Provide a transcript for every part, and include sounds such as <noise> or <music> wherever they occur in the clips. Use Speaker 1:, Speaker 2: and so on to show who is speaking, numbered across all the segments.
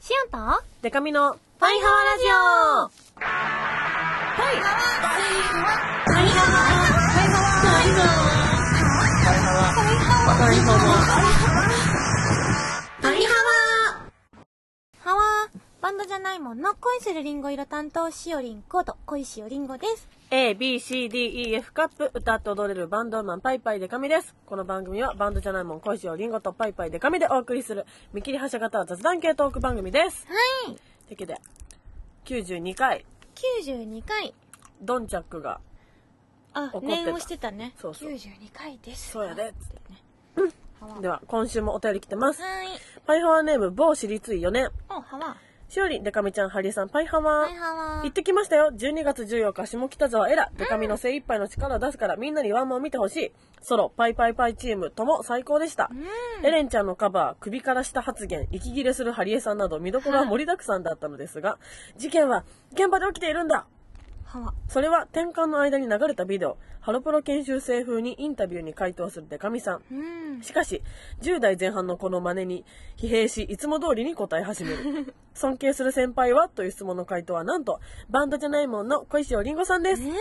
Speaker 1: シアンと
Speaker 2: デカミの
Speaker 1: パイハワラジオパイハワハワバンドじゃないもんの恋するリンゴ色担当しおりんこと恋しおりんごです。
Speaker 2: A, B, C, D, E, F カップ歌って踊れるバンドマンパイパイデカミです。この番組はバンドじゃないもん恋しよリンゴとパイパイデカミでお送りする見切り発車型雑談系トーク番組です。
Speaker 1: はい。
Speaker 2: というわけで、92回、
Speaker 1: 92回。
Speaker 2: ドンチャックが、
Speaker 1: あ
Speaker 2: 怒っ、てた
Speaker 1: 念をしてたね。
Speaker 2: そうそう
Speaker 1: 92回です。
Speaker 2: そうやで
Speaker 1: ってねハワは
Speaker 2: では今週もお便り来てます。
Speaker 1: ーい。
Speaker 2: パイハワーネーム某私立医4年。
Speaker 1: お、ハワ
Speaker 2: しおりん、デカミちゃん、ハリーさん、パイハワ
Speaker 1: パ
Speaker 2: ー
Speaker 1: イ。ハワ
Speaker 2: 行ってきましたよ12月14日下北沢エラデカミの精一杯の力を出すからみんなにワンマン見てほしいソロパイパイパイチームとも最高でした、エレンちゃんのカバー首から下発言息切れするハリエさんなど見どころは盛りだくさんだったのですが事件は現場で起きているんだ
Speaker 1: ハワ
Speaker 2: それは転換の間に流れたビデオハロプロ研修生風にインタビューに回答するデカミさん
Speaker 1: うん。
Speaker 2: しかし10代前半のこの真似に疲弊しいつも通りに答え始め
Speaker 1: <laughs>
Speaker 2: る尊敬する先輩はという質問の回答はなんとバンドじゃないもんの小石おりんごさんです、
Speaker 1: ねえ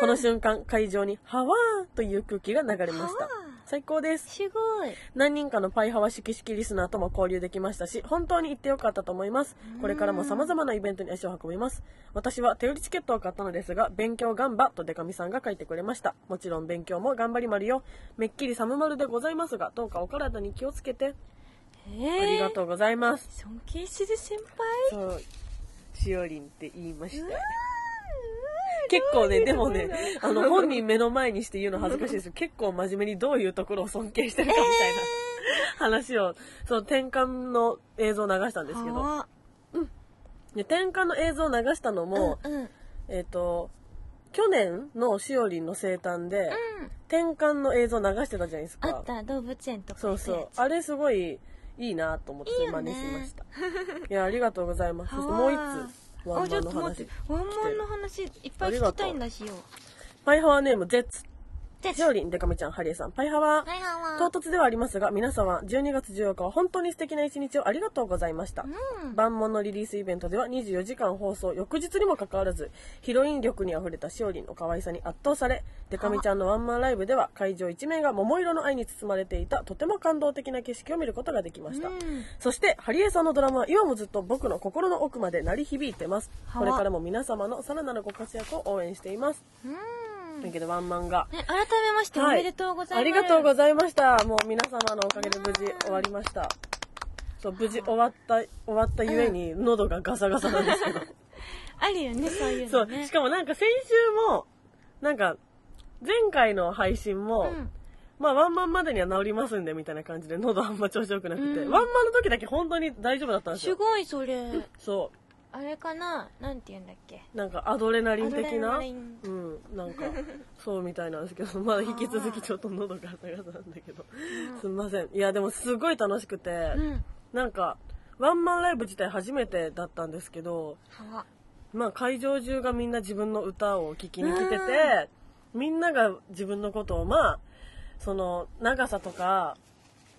Speaker 2: この瞬間会場に「ハワー」という空気が流れました
Speaker 1: ハ
Speaker 2: 最高です
Speaker 1: すごい。
Speaker 2: 何人かのパイハワ式式リスナーとも交流できましたし本当に行ってよかったと思いますこれからも様々なイベントに足を運びます私は手売りチケットを買ったのですが勉強頑張とデカミさんが書いてくれましたもちろん勉強も頑張り丸よめっきり寒丸でございますがどうかお体に気をつけて
Speaker 1: え
Speaker 2: あ
Speaker 1: え
Speaker 2: りがとうございます
Speaker 1: 尊敬する先輩
Speaker 2: そうしおりんって言いました
Speaker 1: うわー
Speaker 2: <laughs> 結構ね、でも
Speaker 1: う
Speaker 2: ね
Speaker 1: わー、
Speaker 2: あの、本人目の前にして言うの恥ずかしいです。
Speaker 1: <laughs>
Speaker 2: 結構真面目にどういうところを尊敬してるかみたいな、話を、その転換の映像を流したんですけ
Speaker 1: ハ
Speaker 2: ど、
Speaker 1: ワ
Speaker 2: で転換の映像を流したのも、
Speaker 1: うんうん
Speaker 2: えっ、と、去年のしおりんの生誕で、
Speaker 1: うん
Speaker 2: 転換の映像を流してたじゃないです
Speaker 1: あ
Speaker 2: か。
Speaker 1: った動物園とか
Speaker 2: そうそう。あれすごいいいなと思って
Speaker 1: いいよ
Speaker 2: 真
Speaker 1: ね
Speaker 2: 似しました。いや、ありがとうございます。そしてもう一つ、
Speaker 1: ワ
Speaker 2: ワ
Speaker 1: ン
Speaker 2: ン
Speaker 1: マン
Speaker 2: マン
Speaker 1: の
Speaker 2: の
Speaker 1: 話
Speaker 2: 話。
Speaker 1: ワンマンの話いっぱい聞きたいんだしよ
Speaker 2: パイハワーネーム、ゼッツ。
Speaker 1: で
Speaker 2: しおりん、デカミちゃん、ハリエさん、パイハワー。
Speaker 1: はいは
Speaker 2: 唐突ではありますが皆様12月14日は本当に素敵な一日をありがとうございました、
Speaker 1: うん
Speaker 2: 万門のリリースイベントでは24時間放送翌日にもかかわらずヒロイン力にあふれたしおりんの可愛さに圧倒されデカミちゃんのワンマンライブでは会場一面が桃色の愛に包まれていたとても感動的な景色を見ることができました、
Speaker 1: うん
Speaker 2: そしてハリエさんのドラマは今もずっと僕の心の奥まで鳴り響いてます
Speaker 1: は
Speaker 2: こ
Speaker 1: わ
Speaker 2: れからも皆様のさらなるご活躍を応援しています、
Speaker 1: うん
Speaker 2: とい
Speaker 1: ね
Speaker 2: うわけでワンマンが
Speaker 1: 改めましてお
Speaker 2: はい
Speaker 1: めでとうございます
Speaker 2: ありがとうございました。もう皆様のおかげで無事終わりました。そう無事終わった終わったゆえに喉がガサガサなんで
Speaker 1: <laughs>
Speaker 2: すけど。
Speaker 1: あるよねそういう
Speaker 2: そ
Speaker 1: の
Speaker 2: う
Speaker 1: ね
Speaker 2: しかもなんか先週もなんか前回の配信も、
Speaker 1: うん
Speaker 2: まあワンマンまでには治りますんでみたいな感じで喉あんま調子良くなくて、
Speaker 1: うん
Speaker 2: ワンマンの時だけ本当に大丈夫だったんです
Speaker 1: す
Speaker 2: よ。
Speaker 1: ごいそれ
Speaker 2: そ
Speaker 1: あれかななんて言うんだっけ
Speaker 2: うなんかアドレナリン的
Speaker 1: アドレナ
Speaker 2: な
Speaker 1: リン
Speaker 2: うんなんかそうみたいなんですけどまだ引き続きちょっと喉ガサガサなんだけど、すみませんいやでもすごい楽しくて。
Speaker 1: うん
Speaker 2: なんかワンマンライブ自体初めてだったんですけど、
Speaker 1: ハワ
Speaker 2: まあ、会場中がみんな自分の歌を聴きに来ててみんなが自分のことをまあその長さとか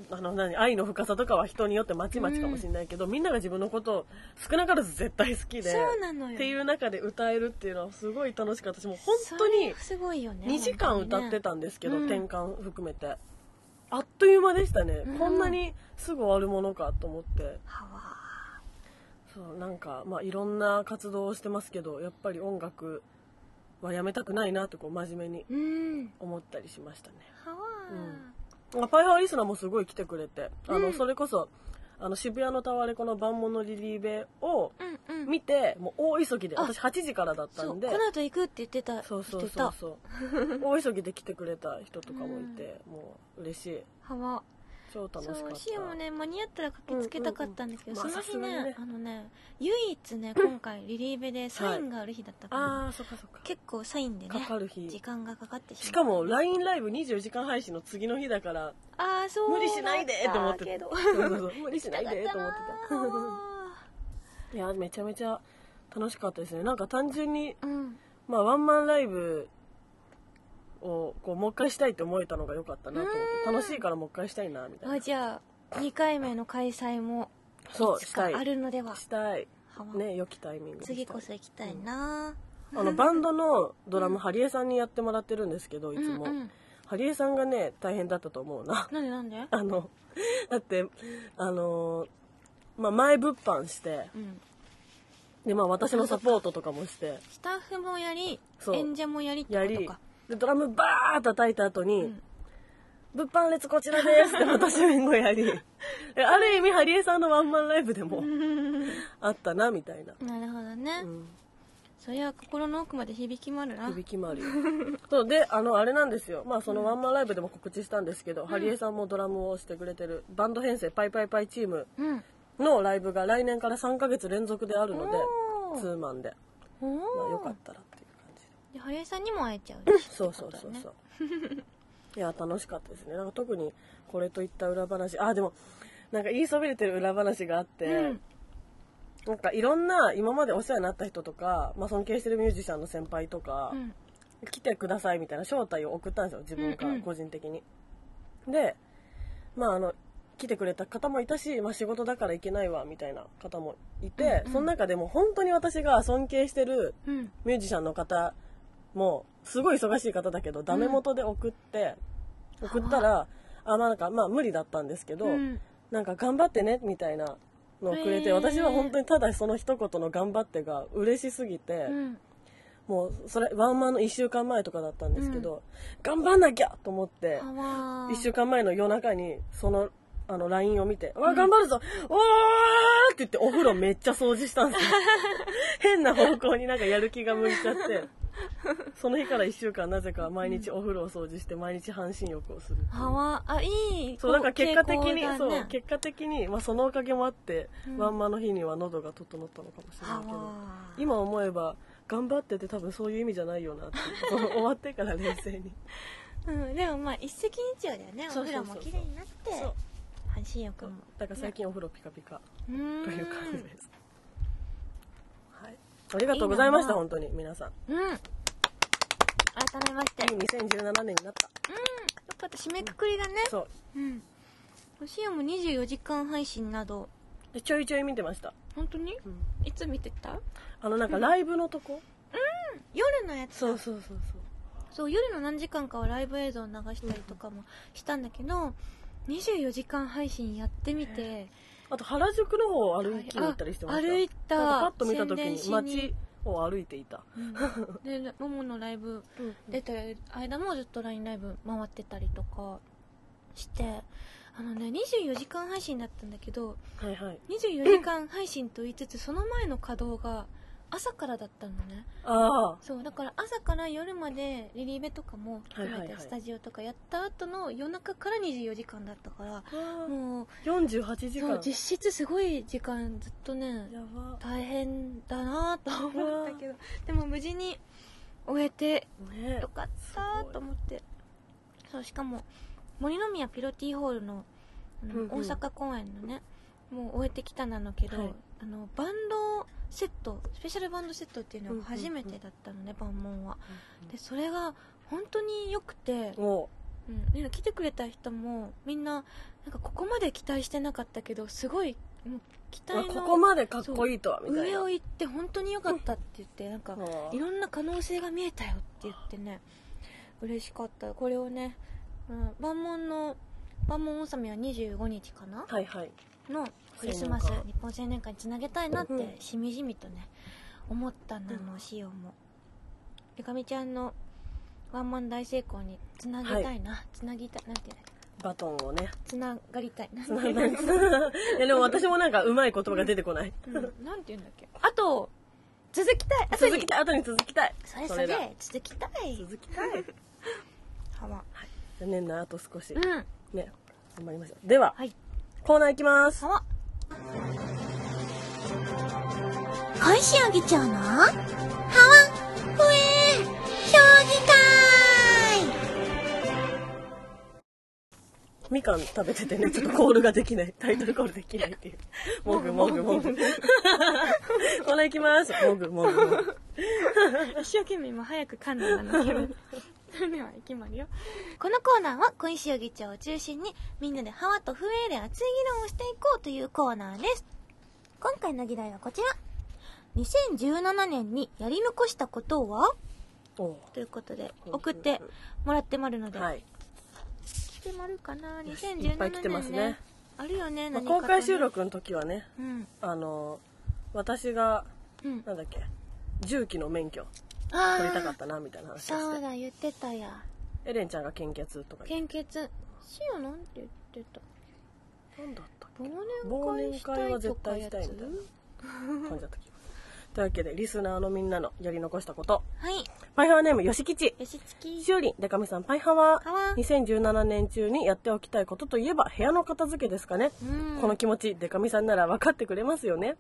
Speaker 2: あの何愛の深さとかは人によってまちまちかもしれないけど、みんなが自分のことを少なからず絶対好きで
Speaker 1: そうなのよ
Speaker 2: っていう中で歌えるっていうのはすごい楽しかったしもう本当
Speaker 1: そ
Speaker 2: に
Speaker 1: れすごいよね
Speaker 2: 2時間歌って
Speaker 1: 本
Speaker 2: たんですけど、
Speaker 1: うん
Speaker 2: 転換含めてあっという間でしたね、
Speaker 1: うん
Speaker 2: こんなにすぐ終わるものかと思って。
Speaker 1: 当にねハワ
Speaker 2: そうなんか、まあ、いろんな活動をしてますけどやっぱり音楽はやめたくないなってこう真面目に
Speaker 1: うん
Speaker 2: 思ったりしましたね、
Speaker 1: ハワ
Speaker 2: うんまあ、パイハーリスナーもすごい来てくれてあの、
Speaker 1: うん
Speaker 2: それこそあの渋谷のタワレコの万物リリーベを
Speaker 1: ーうんうん
Speaker 2: 見てもう大急ぎで
Speaker 1: あ
Speaker 2: 私8時からだった
Speaker 1: そうんこ
Speaker 2: で
Speaker 1: の後行くって言ってた
Speaker 2: そうそう
Speaker 1: 言って
Speaker 2: そ
Speaker 1: た
Speaker 2: うそう <laughs> 大急ぎで来てくれた人とかもいて、もう嬉しい
Speaker 1: ハワ
Speaker 2: 超楽し
Speaker 1: そ
Speaker 2: かった
Speaker 1: うシーもね間に合ったら駆けつけたかったんだけど、
Speaker 2: うんうんうんま
Speaker 1: その
Speaker 2: あ
Speaker 1: 日
Speaker 2: さす
Speaker 1: ね
Speaker 2: がにね
Speaker 1: あのね唯一ね今回リリーベでサインがある日だったから、
Speaker 2: ああそっかそっか
Speaker 1: 結構サインでね
Speaker 2: かかる日
Speaker 1: 時間がかかってしまう
Speaker 2: しかも LINE ライブ24時間配信の次の日だから
Speaker 1: ああそう
Speaker 2: 無理しないでと思って
Speaker 1: たけど
Speaker 2: そうそうそう無理しないでと思って
Speaker 1: あ
Speaker 2: たいやめちゃめちゃ楽しかったですねなんか単純に
Speaker 1: ーうん
Speaker 2: まあワンマンライブをこうもう一回したいって思えたのが良かったなと思って楽しいからもう一回したいなみたい
Speaker 1: あ
Speaker 2: な
Speaker 1: じゃあ2回目の開催も
Speaker 2: そう
Speaker 1: いつ
Speaker 2: した
Speaker 1: か
Speaker 2: い
Speaker 1: あるのでは
Speaker 2: したい
Speaker 1: はわ
Speaker 2: ね良きタイミングでしたい
Speaker 1: 次こそ行きたいな
Speaker 2: あのバンドのドラムハリエさんにやってもらってるんですけどいつも、
Speaker 1: うんうん
Speaker 2: ハリエさんがね大変だったと思うな
Speaker 1: なんでなんで
Speaker 2: あのだってあのまあ前物販して
Speaker 1: うん
Speaker 2: でまあ私のサポートとかもして
Speaker 1: スタッフもやり
Speaker 2: そう
Speaker 1: 演者もやりって
Speaker 2: や
Speaker 1: こと
Speaker 2: り
Speaker 1: か
Speaker 2: でドラムバーッ叩いた後に、
Speaker 1: ん
Speaker 2: 物販列こちらで
Speaker 1: <laughs>
Speaker 2: すって私弁護やりである意味ハリエさんのワンマンライブでもあったなみたいな、
Speaker 1: なるほど
Speaker 2: う
Speaker 1: ね
Speaker 2: ん、
Speaker 1: そりゃ心の奥まで響きまるな
Speaker 2: 響き回るよそうであのあれなんですよまあそのワンマンライブでも告知したんですけど、ハリエさんもドラムをしてくれてるバンド編成パイパイパイチーム
Speaker 1: うん
Speaker 2: のライブが来年から3ヶ月連続であるので
Speaker 1: おー
Speaker 2: ツーマンで、
Speaker 1: お
Speaker 2: まあ、よ
Speaker 1: お
Speaker 2: かったらっていう感じで
Speaker 1: でハリエさんにも会えちゃう
Speaker 2: そうそうそうそう。 <laughs> いや楽しかったですね。なんか特にこれといった裏話、あでもなんか言いそびれてる裏話があって、
Speaker 1: うん
Speaker 2: なんかいろんな今までお世話になった人とか、まあ尊敬してるミュージシャンの先輩とか、
Speaker 1: うん
Speaker 2: 来てくださいみたいな招待を送ったんですよ。自分か
Speaker 1: うんう
Speaker 2: ら
Speaker 1: ん
Speaker 2: 個人的に。で、まああの。来てくれた方もいたし、まあ、仕事だから行けないわみたいな方もいて、その中でも本当に私が尊敬してる
Speaker 1: うん
Speaker 2: ミュージシャンの方もすごい忙しい方だけどダメ元で送って、送ったらあまあなんかまあ無理だったんですけど、
Speaker 1: うん
Speaker 2: なんか頑張ってねみたいなのをくれて、
Speaker 1: へー
Speaker 2: 私は本当にただその一言の頑張ってが嬉しすぎて、
Speaker 1: うん
Speaker 2: もうそれワンマンの1週間前とかだったんですけど、頑張んなきゃと思って
Speaker 1: かわ
Speaker 2: 1週間前の夜中にその。あの LINE を見て「わあ頑張るぞ、おー!」って言ってお風呂めっちゃ掃除した
Speaker 1: <laughs>
Speaker 2: んですよ変な方向になんかやる気が向いちゃってその日から1週間なぜか毎日お風呂を掃除して毎日半身浴をするっていう
Speaker 1: はわあいい
Speaker 2: そうだから結果的に、
Speaker 1: 傾向だね
Speaker 2: そう結果的に、まあ、そのおかげもあって、
Speaker 1: うん
Speaker 2: ワンマンの日には喉が整ったのかもしれない
Speaker 1: は
Speaker 2: けど
Speaker 1: わ
Speaker 2: 今思えば頑張ってて多分そういう意味じゃないよなってそ <laughs> の終わってから冷静に
Speaker 1: うんでもまあ一石二鳥だよねお
Speaker 2: そうそ
Speaker 1: 風
Speaker 2: うそう
Speaker 1: 呂も綺麗になって
Speaker 2: そう
Speaker 1: 半身浴も
Speaker 2: だから最近お風呂ピカピカ
Speaker 1: うーん
Speaker 2: という感じです、はい、ありがとうございまし
Speaker 1: いい
Speaker 2: た
Speaker 1: な
Speaker 2: 本当に皆さん
Speaker 1: うん改めまして
Speaker 2: いい2017年になった
Speaker 1: よかった締めくくりだね
Speaker 2: そう
Speaker 1: うんシアも24時間配信など
Speaker 2: でちょいちょい見てました、
Speaker 1: 本当に
Speaker 2: うん
Speaker 1: いつ見てた
Speaker 2: あのなんかライブのとこ、
Speaker 1: 夜のやつ
Speaker 2: そうそうそうそう
Speaker 1: そう夜の何時間かはライブ映像を流したりとかもしたんだけど24時間配信やってみて
Speaker 2: あと原宿の方を歩きに行ったりしてました
Speaker 1: あ歩いた
Speaker 2: なんかパッと見た時
Speaker 1: 宣伝
Speaker 2: に
Speaker 1: しに
Speaker 2: 街を歩いていた、
Speaker 1: うん、でもものライブ出た間もずっと LINE ライブ回ってたりとかしてあのね24時間配信だったんだけど
Speaker 2: はいはい
Speaker 1: 24時間配信と言いつつその前の稼働が朝からだったのね
Speaker 2: ああ
Speaker 1: そうだから朝から夜までリリーベとかも含
Speaker 2: はい
Speaker 1: め
Speaker 2: はい
Speaker 1: て
Speaker 2: はい
Speaker 1: スタジオとかやった後の夜中から24時間だったからもう
Speaker 2: 48時
Speaker 1: そう
Speaker 2: 間
Speaker 1: 実質すごい時間ずっとね
Speaker 2: やば
Speaker 1: 大変だなと思ったけどでも無事に終えて
Speaker 2: ね
Speaker 1: よかったと思ってそうしかも森の宮ピロティホールのあの
Speaker 2: うんうん
Speaker 1: 大阪公演のねもう終えてきたなのけど、
Speaker 2: はい
Speaker 1: あのバンドセットスペシャルバンドセットっていうのが初めてだったのね、バンモンはでそれが本当に良くて、
Speaker 2: も
Speaker 1: うん、ね来てくれた人もみんななんかここまで期待してなかったけどすごいもう期
Speaker 2: うわ
Speaker 1: 待
Speaker 2: ここ
Speaker 1: の
Speaker 2: までかっこいいとはみたい
Speaker 1: 上
Speaker 2: な
Speaker 1: を行って本当に良かったって言ってなんか
Speaker 2: ああ
Speaker 1: いろんな可能性が見えたよって言ってね嬉しかったこれをね、うん、万門の万門納めは25日かな
Speaker 2: はいはい
Speaker 1: のクリスマス
Speaker 2: 青年会
Speaker 1: 日本青年会につなげたいなっ
Speaker 2: う
Speaker 1: て
Speaker 2: ん
Speaker 1: しみじみとね思ったんだ
Speaker 2: うん
Speaker 1: のしようもでかみちゃんのワンマン大成功につなげたいな、つなぎたいなんて言うんだっけ
Speaker 2: バトンをね
Speaker 1: つながりたいな
Speaker 2: いや <laughs> でも私もなんかうまい言葉が出てこない
Speaker 1: うん、なんて言うんだっけあと続きたい後に
Speaker 2: 続きたい後に続きたい
Speaker 1: それそ
Speaker 2: そ
Speaker 1: れ
Speaker 2: れだ
Speaker 1: 続きたい
Speaker 2: 続きたいじ
Speaker 1: はわ
Speaker 2: ゃあ年内あと少し
Speaker 1: うんは
Speaker 2: ね頑張りましょうではいコーナーいきます
Speaker 1: はわ小石尾議長のハワふえ評議
Speaker 2: みかん食べててねちょっとコールができないタイトルコールできないっていうもぐもぐもぐコーナーいきますもぐもぐもぐ
Speaker 1: 会一生懸命今早く噛んだんだけどそれ <laughs> では決まるよこのコーナーは小石尾議長を中心にみんなでハワとふえで熱い議論をしていこうというコーナーです
Speaker 3: 今回の議題はこちら。2017年にやり残したことは
Speaker 2: おう
Speaker 1: ということで送ってもらってまるので、
Speaker 2: はい、
Speaker 1: 来てまるかな2017年、ね、
Speaker 2: いっぱい来てますね
Speaker 1: あるよね
Speaker 2: まあ
Speaker 1: 何かと
Speaker 2: 公
Speaker 1: ね
Speaker 2: 開収録の時はね
Speaker 1: うん
Speaker 2: あの私が
Speaker 1: うん
Speaker 2: なんだっけ重機の免許
Speaker 1: あ
Speaker 2: 取りたか
Speaker 1: あ
Speaker 2: ったなみたいな話を
Speaker 1: そう
Speaker 2: して
Speaker 1: だ言ってたや
Speaker 2: エレンちゃんが献血とか言っ
Speaker 1: 献血しようなんて言ってた
Speaker 2: てなんだったっ
Speaker 1: 忘
Speaker 2: 忘
Speaker 1: 年会
Speaker 2: 年
Speaker 1: したい
Speaker 2: 会は
Speaker 1: と
Speaker 2: 絶
Speaker 1: か
Speaker 2: 対
Speaker 1: や
Speaker 2: し
Speaker 1: つ
Speaker 2: たいみたいな感じだった気がするというわけでリスナーのみんなのやり残したこと
Speaker 1: はい
Speaker 2: パイハーネームよしきち
Speaker 1: よしつき
Speaker 2: しおりんでかみさんパイハワ
Speaker 1: かわ
Speaker 2: 2017年中にやっておきたいことといえば部屋の片付けですかね、
Speaker 1: うん
Speaker 2: この気持ちでかみさんなら分かってくれますよね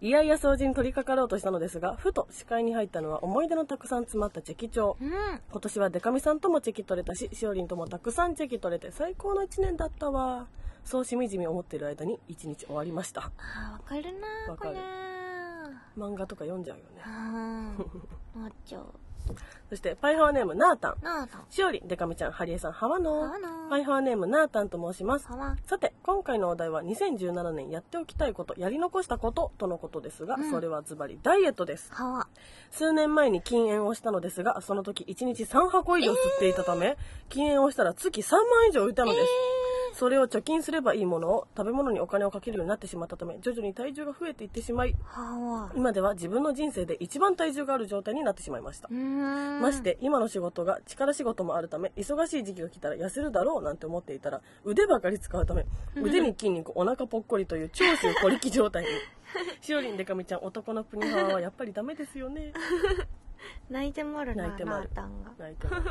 Speaker 2: いやいや掃除に取り掛かろうとしたのですがふと視界に入ったのは思い出のたくさん詰まったチェキ帳
Speaker 1: うん
Speaker 2: 今年はデカミさんともチェキ取れたししおりんともたくさんチェキ取れて最高の1年だったわそうしみじみ思っている間に1日終わりました
Speaker 1: あーわかるなー
Speaker 2: わか
Speaker 1: こ
Speaker 2: る
Speaker 1: れ
Speaker 2: 漫画とか読んじゃうよね
Speaker 1: ああなっちゃう
Speaker 2: そしてパイハーネームなーたん
Speaker 1: なあさん
Speaker 2: しおりんデカミちゃんハリエさんハワノ
Speaker 1: ハワノ
Speaker 2: ーパイハーネームなーたんと申します
Speaker 1: かわ
Speaker 2: さて今回のお題は2017年やっておきたいことやり残したこととのことですが、
Speaker 1: うん
Speaker 2: それはズバリダイエットです
Speaker 1: かわ
Speaker 2: 数年前に禁煙をしたのですがその時1日3箱以上吸っていたため、禁煙をしたら月3万円以上浮いたのです、それを貯金すればいいものを食べ物にお金をかけるようになってしまったため徐々に体重が増えていってしまい
Speaker 1: はわ
Speaker 2: 今では自分の人生で一番体重がある状態になってしまいました、
Speaker 1: うーん
Speaker 2: まして今の仕事が力仕事もあるため忙しい時期が来たら痩せるだろうなんて思っていたら腕ばかり使うため腕に筋肉お腹ぽっこりという長州小力状
Speaker 1: <laughs>
Speaker 2: 態にしおりんでかみちゃん男のプニハワはやっぱりダメですよね
Speaker 1: 泣いてまるな
Speaker 2: 泣いてまる
Speaker 1: なあたんが
Speaker 2: 泣いてます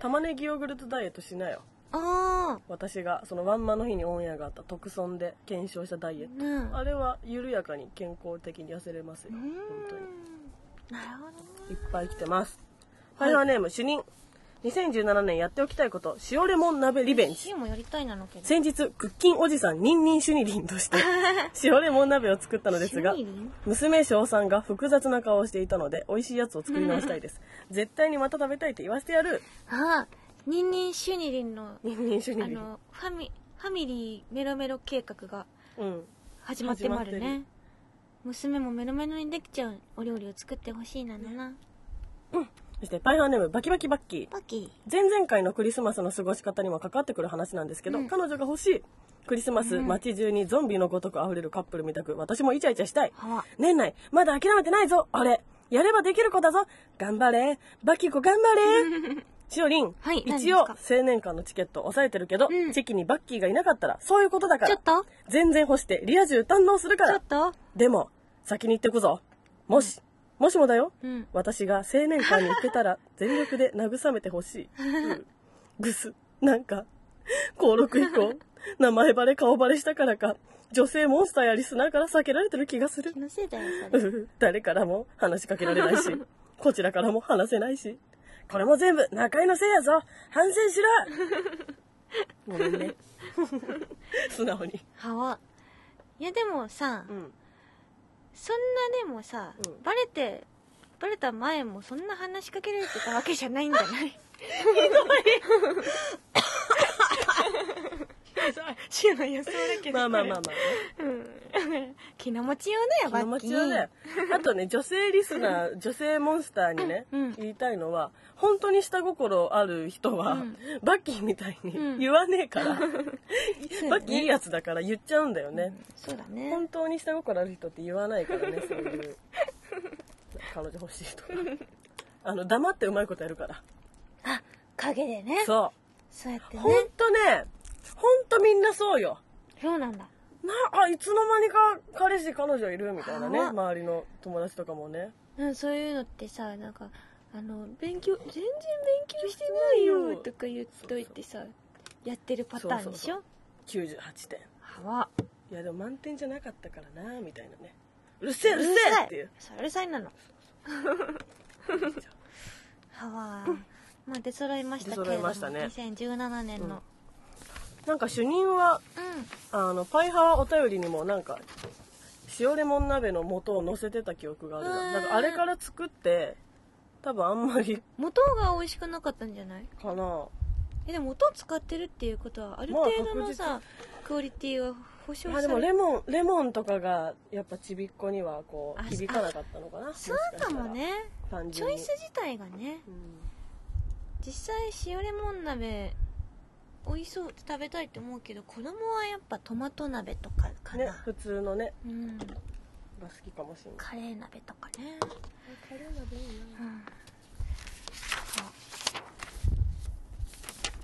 Speaker 2: 玉ねぎヨーグルトダイエットしなよ
Speaker 1: あ
Speaker 2: 私がそのワンマンの日にオンエアがあった特村で検証したダイエッ
Speaker 1: あ
Speaker 2: ト、
Speaker 1: うん
Speaker 2: あれは緩やかに健康的に痩せれますよ
Speaker 1: うー
Speaker 2: 本
Speaker 1: ん
Speaker 2: 当に
Speaker 1: なるほどね
Speaker 2: いっぱい来てますファイナーネーム主任2017年やっておきたいこと塩レモン鍋リベンジ
Speaker 1: シーもやりたいなのけど
Speaker 2: 先日クッキンおじさんニンニンシュニリンとして
Speaker 1: <laughs>
Speaker 2: 塩レモン鍋を作ったのですが
Speaker 1: シュニリン
Speaker 2: 娘翔さんが複雑な顔をしていたので美味しいやつを作り直したいです絶対にまた食べたいって言わせてやる
Speaker 1: ああニンニンシュニリンの
Speaker 2: ニンニンシュ
Speaker 1: あ
Speaker 2: ニリン
Speaker 1: のファミファミリーメロメロ計画が
Speaker 2: うん
Speaker 1: 始まってまる
Speaker 2: 始まって
Speaker 1: ね娘もメロメロにできちゃうお料理を作ってほしいなのな
Speaker 2: そしてパイハーネームバキバキバッキー
Speaker 1: パキ
Speaker 2: 前々回のクリスマスの過ごし方にも関わってくる話なんですけど、彼女が欲しいクリスマス、街中にゾンビのごとく溢れるカップル見たく私もイチャイチャしたい
Speaker 1: はわ
Speaker 2: 年内まだ諦めてないぞあれやればできる子だぞ頑張れバキ子頑
Speaker 1: <laughs>
Speaker 2: 張れしおりん、
Speaker 1: はい何
Speaker 2: 一
Speaker 1: です
Speaker 2: 応
Speaker 1: か
Speaker 2: 青年間のチケット押さえてるけど、
Speaker 1: うん
Speaker 2: チェキにバッキーがいなかったらそういうことだか
Speaker 1: ちょ
Speaker 2: ら
Speaker 1: っと
Speaker 2: 全然干してリア充堪能するか
Speaker 1: ちょっ
Speaker 2: ら
Speaker 1: と
Speaker 2: でも先に行ってくぞもし、もしもだよ、
Speaker 1: うん
Speaker 2: 私が青年会に行けたら全力で慰めてほしい、うんぐすなんか登録以降名前バレ顔バレしたからか女性モンスターやリスナーから避けられてる気がする
Speaker 1: 気のせいだよそれ
Speaker 2: うん誰からも話しかけられないしこちらからも話せないしこれも全部中居のせいやぞ反省しろごめんね素直に
Speaker 1: はわいやでもさ、
Speaker 2: うん
Speaker 1: そんなでもさ、
Speaker 2: うん
Speaker 1: バレてバレた前もそんな話しかけられてたわけじゃないんじゃないシオの予想だけど
Speaker 2: まあまあまあまあ、
Speaker 1: これうん気の持ちようだよバ
Speaker 2: 気
Speaker 1: ッキ
Speaker 2: 持ち
Speaker 1: ー
Speaker 2: はねあとね女性リスナー女性モンスターにね、
Speaker 1: うん
Speaker 2: 言いたいのは本当に下心ある人は、
Speaker 1: うん
Speaker 2: バッキーみたいに
Speaker 1: うん
Speaker 2: 言わねえから、
Speaker 1: <laughs> そうだね
Speaker 2: バッキーいいやつだから言っちゃうんだよね、
Speaker 1: そうだね
Speaker 2: 本当に下心ある人って言わないからねそ
Speaker 1: <laughs>
Speaker 2: ういう彼女欲しいとかあの黙ってうまいことやるから
Speaker 1: あ影でねそう
Speaker 2: そ
Speaker 1: やって
Speaker 2: う
Speaker 1: ね
Speaker 2: 本当ね本当みんなそうよ
Speaker 1: そうなんだ
Speaker 2: なあいつの間にか彼氏彼女いるみたいなね
Speaker 1: あ
Speaker 2: 周りの友達とかもね
Speaker 1: うんそういうのってさなんかあの勉強全然勉強してないよとか言っといてさやってるパターンでし
Speaker 2: そ
Speaker 1: ょ
Speaker 2: 98点
Speaker 1: はわ
Speaker 2: いやでも満点じゃなかったからなみたいなねうるせえうるせえっていう
Speaker 1: そううるさい
Speaker 2: <laughs>
Speaker 1: なのはわーまあ出揃いましたけれど
Speaker 2: 出揃い
Speaker 1: も
Speaker 2: ましたね
Speaker 1: 2017年の
Speaker 2: なんか主任は
Speaker 1: う
Speaker 2: あのパイハワお便りにもなんか塩レモン鍋の素を乗せてた記憶がある
Speaker 1: う
Speaker 2: なんなんかあれから作って多分あんまり
Speaker 1: ん元が美味しくなかったんじゃない
Speaker 2: かな
Speaker 1: えでも音を使ってるっていうことはある程度のさ、クオリティは保証
Speaker 2: まあでもレモンレモンとかがやっぱちびっこにはこ
Speaker 1: あ
Speaker 2: う響かなかったのかな
Speaker 1: そうかもね
Speaker 2: も
Speaker 1: チョイス自体がね実際塩レモン鍋美味しそう食べたいって思うけど子供はやっぱトマト鍋とかかな、
Speaker 2: ね普通のね
Speaker 1: うん
Speaker 2: が好きかもしれない
Speaker 1: カレー鍋とかね
Speaker 2: カレー鍋いいな
Speaker 1: うん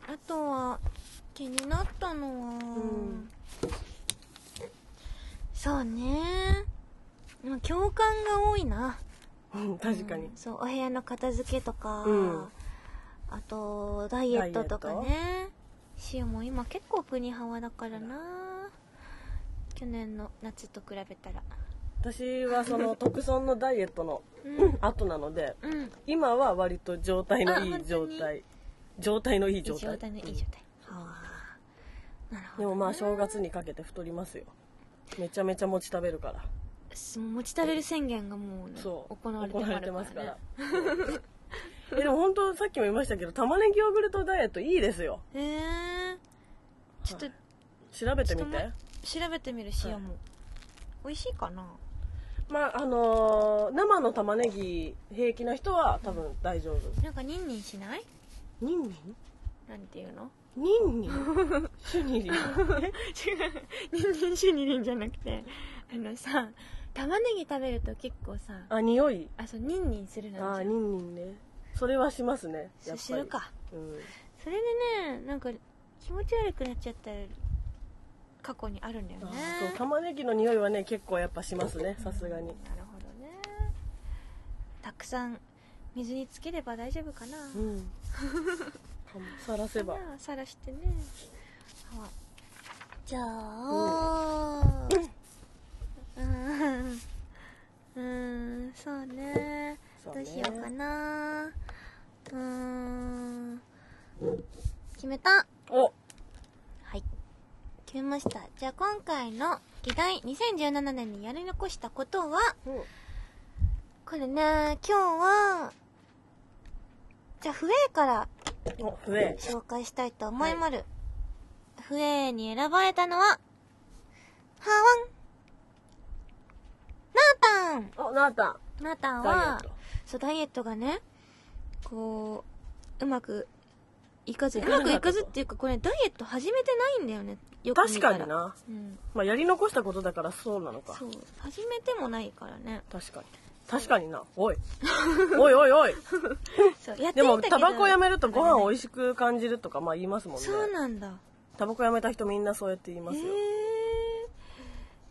Speaker 1: あとは気になったのは、
Speaker 2: ん
Speaker 1: そうねでも共感が多いな
Speaker 2: うん確かに
Speaker 1: うんそうお部屋の片付けとか、
Speaker 2: うん
Speaker 1: あとダイエットとか
Speaker 2: ダイ
Speaker 1: ね塩も今結構プニハワだからな去年の夏と比べたら
Speaker 2: 私はその特村のダイエットの
Speaker 1: うん
Speaker 2: 後なので
Speaker 1: うん
Speaker 2: 今は割と状態のい
Speaker 1: あ本
Speaker 2: い
Speaker 1: 当
Speaker 2: 状
Speaker 1: に
Speaker 2: 態状態のい
Speaker 1: い
Speaker 2: い
Speaker 1: い状
Speaker 2: 状態
Speaker 1: 態のいい状態、はあなるほど
Speaker 2: でもまあ正
Speaker 1: 月
Speaker 2: 月にかけて太りますよめちゃめちゃ餅食べるから
Speaker 1: その持ち食べる宣言がもうね、
Speaker 2: そう
Speaker 1: 行われてはるからね
Speaker 2: <laughs> えでも本当さっきも言いましたけど玉ねぎヨーグルトダイエットいいですよ
Speaker 1: へえー、ちょっと
Speaker 2: はい調べてみ
Speaker 1: ちょっと
Speaker 2: て
Speaker 1: 待調べてみる塩も、美味しいかな
Speaker 2: まああのー生の玉ねぎ平気な人は多分大丈夫
Speaker 1: なんかニンニンしない
Speaker 2: ニンニン
Speaker 1: なんていうの
Speaker 2: ニンニン <laughs> シュニ
Speaker 1: <laughs>
Speaker 2: リ
Speaker 1: 違うニンニンシュニリンじゃなくてあのさ玉ねぎ食べると結構さ
Speaker 2: あ匂い
Speaker 1: あそうニンニンするの
Speaker 2: あ
Speaker 1: あ
Speaker 2: ー
Speaker 1: る
Speaker 2: ニンニンねそれはしますね
Speaker 1: じ
Speaker 2: や
Speaker 1: ゃ
Speaker 2: っ
Speaker 1: んす
Speaker 2: ぱり
Speaker 1: るか
Speaker 2: うん
Speaker 1: それでねなんか気持ち悪くなっちゃった過去にあるんだよね
Speaker 2: あーそう玉ねぎの匂いはね結構やっぱしますねさすがに
Speaker 1: なるほどねたくさん水につければ大丈夫かな、
Speaker 2: うんさらせば
Speaker 1: まあさらしてねはい
Speaker 3: じゃ
Speaker 2: あ
Speaker 3: あ、
Speaker 1: うーんうーんそうね
Speaker 2: そ
Speaker 1: ど
Speaker 2: ね
Speaker 1: うしようかなうーん決めた
Speaker 2: お
Speaker 3: 決めました。じゃあ今回の議題、2017年にやり残したことは、
Speaker 2: うん
Speaker 3: これね、今日は、じゃあ、笛から
Speaker 2: お笛
Speaker 3: 紹介したいと思いまる。笛に選ばれたのは、ハワン、ナー
Speaker 2: おなた
Speaker 3: タンナータン
Speaker 2: ダイエ
Speaker 3: は
Speaker 2: ッ、ト
Speaker 3: そう、ダイエットがね、こう、うまくいかず、うまくいかずっていうか、これダイエット始めてないんだよね。よく見
Speaker 2: 確
Speaker 3: たら
Speaker 2: かに。な、
Speaker 3: うん。
Speaker 2: まあ、やり残したことだからそうなのか
Speaker 3: そう、始めてもないから
Speaker 2: <laughs>
Speaker 3: ね。
Speaker 2: 確かに確かにな
Speaker 3: <laughs>
Speaker 2: おいおいおいおい
Speaker 3: そう、やって
Speaker 2: で
Speaker 3: んだ
Speaker 2: も
Speaker 3: けど
Speaker 2: タバコやめるとご飯美味しく感じるとかまあ言いますもんね
Speaker 3: そうなんだ。
Speaker 2: タバコやめた人みんなそうやって言いますよ、
Speaker 3: えー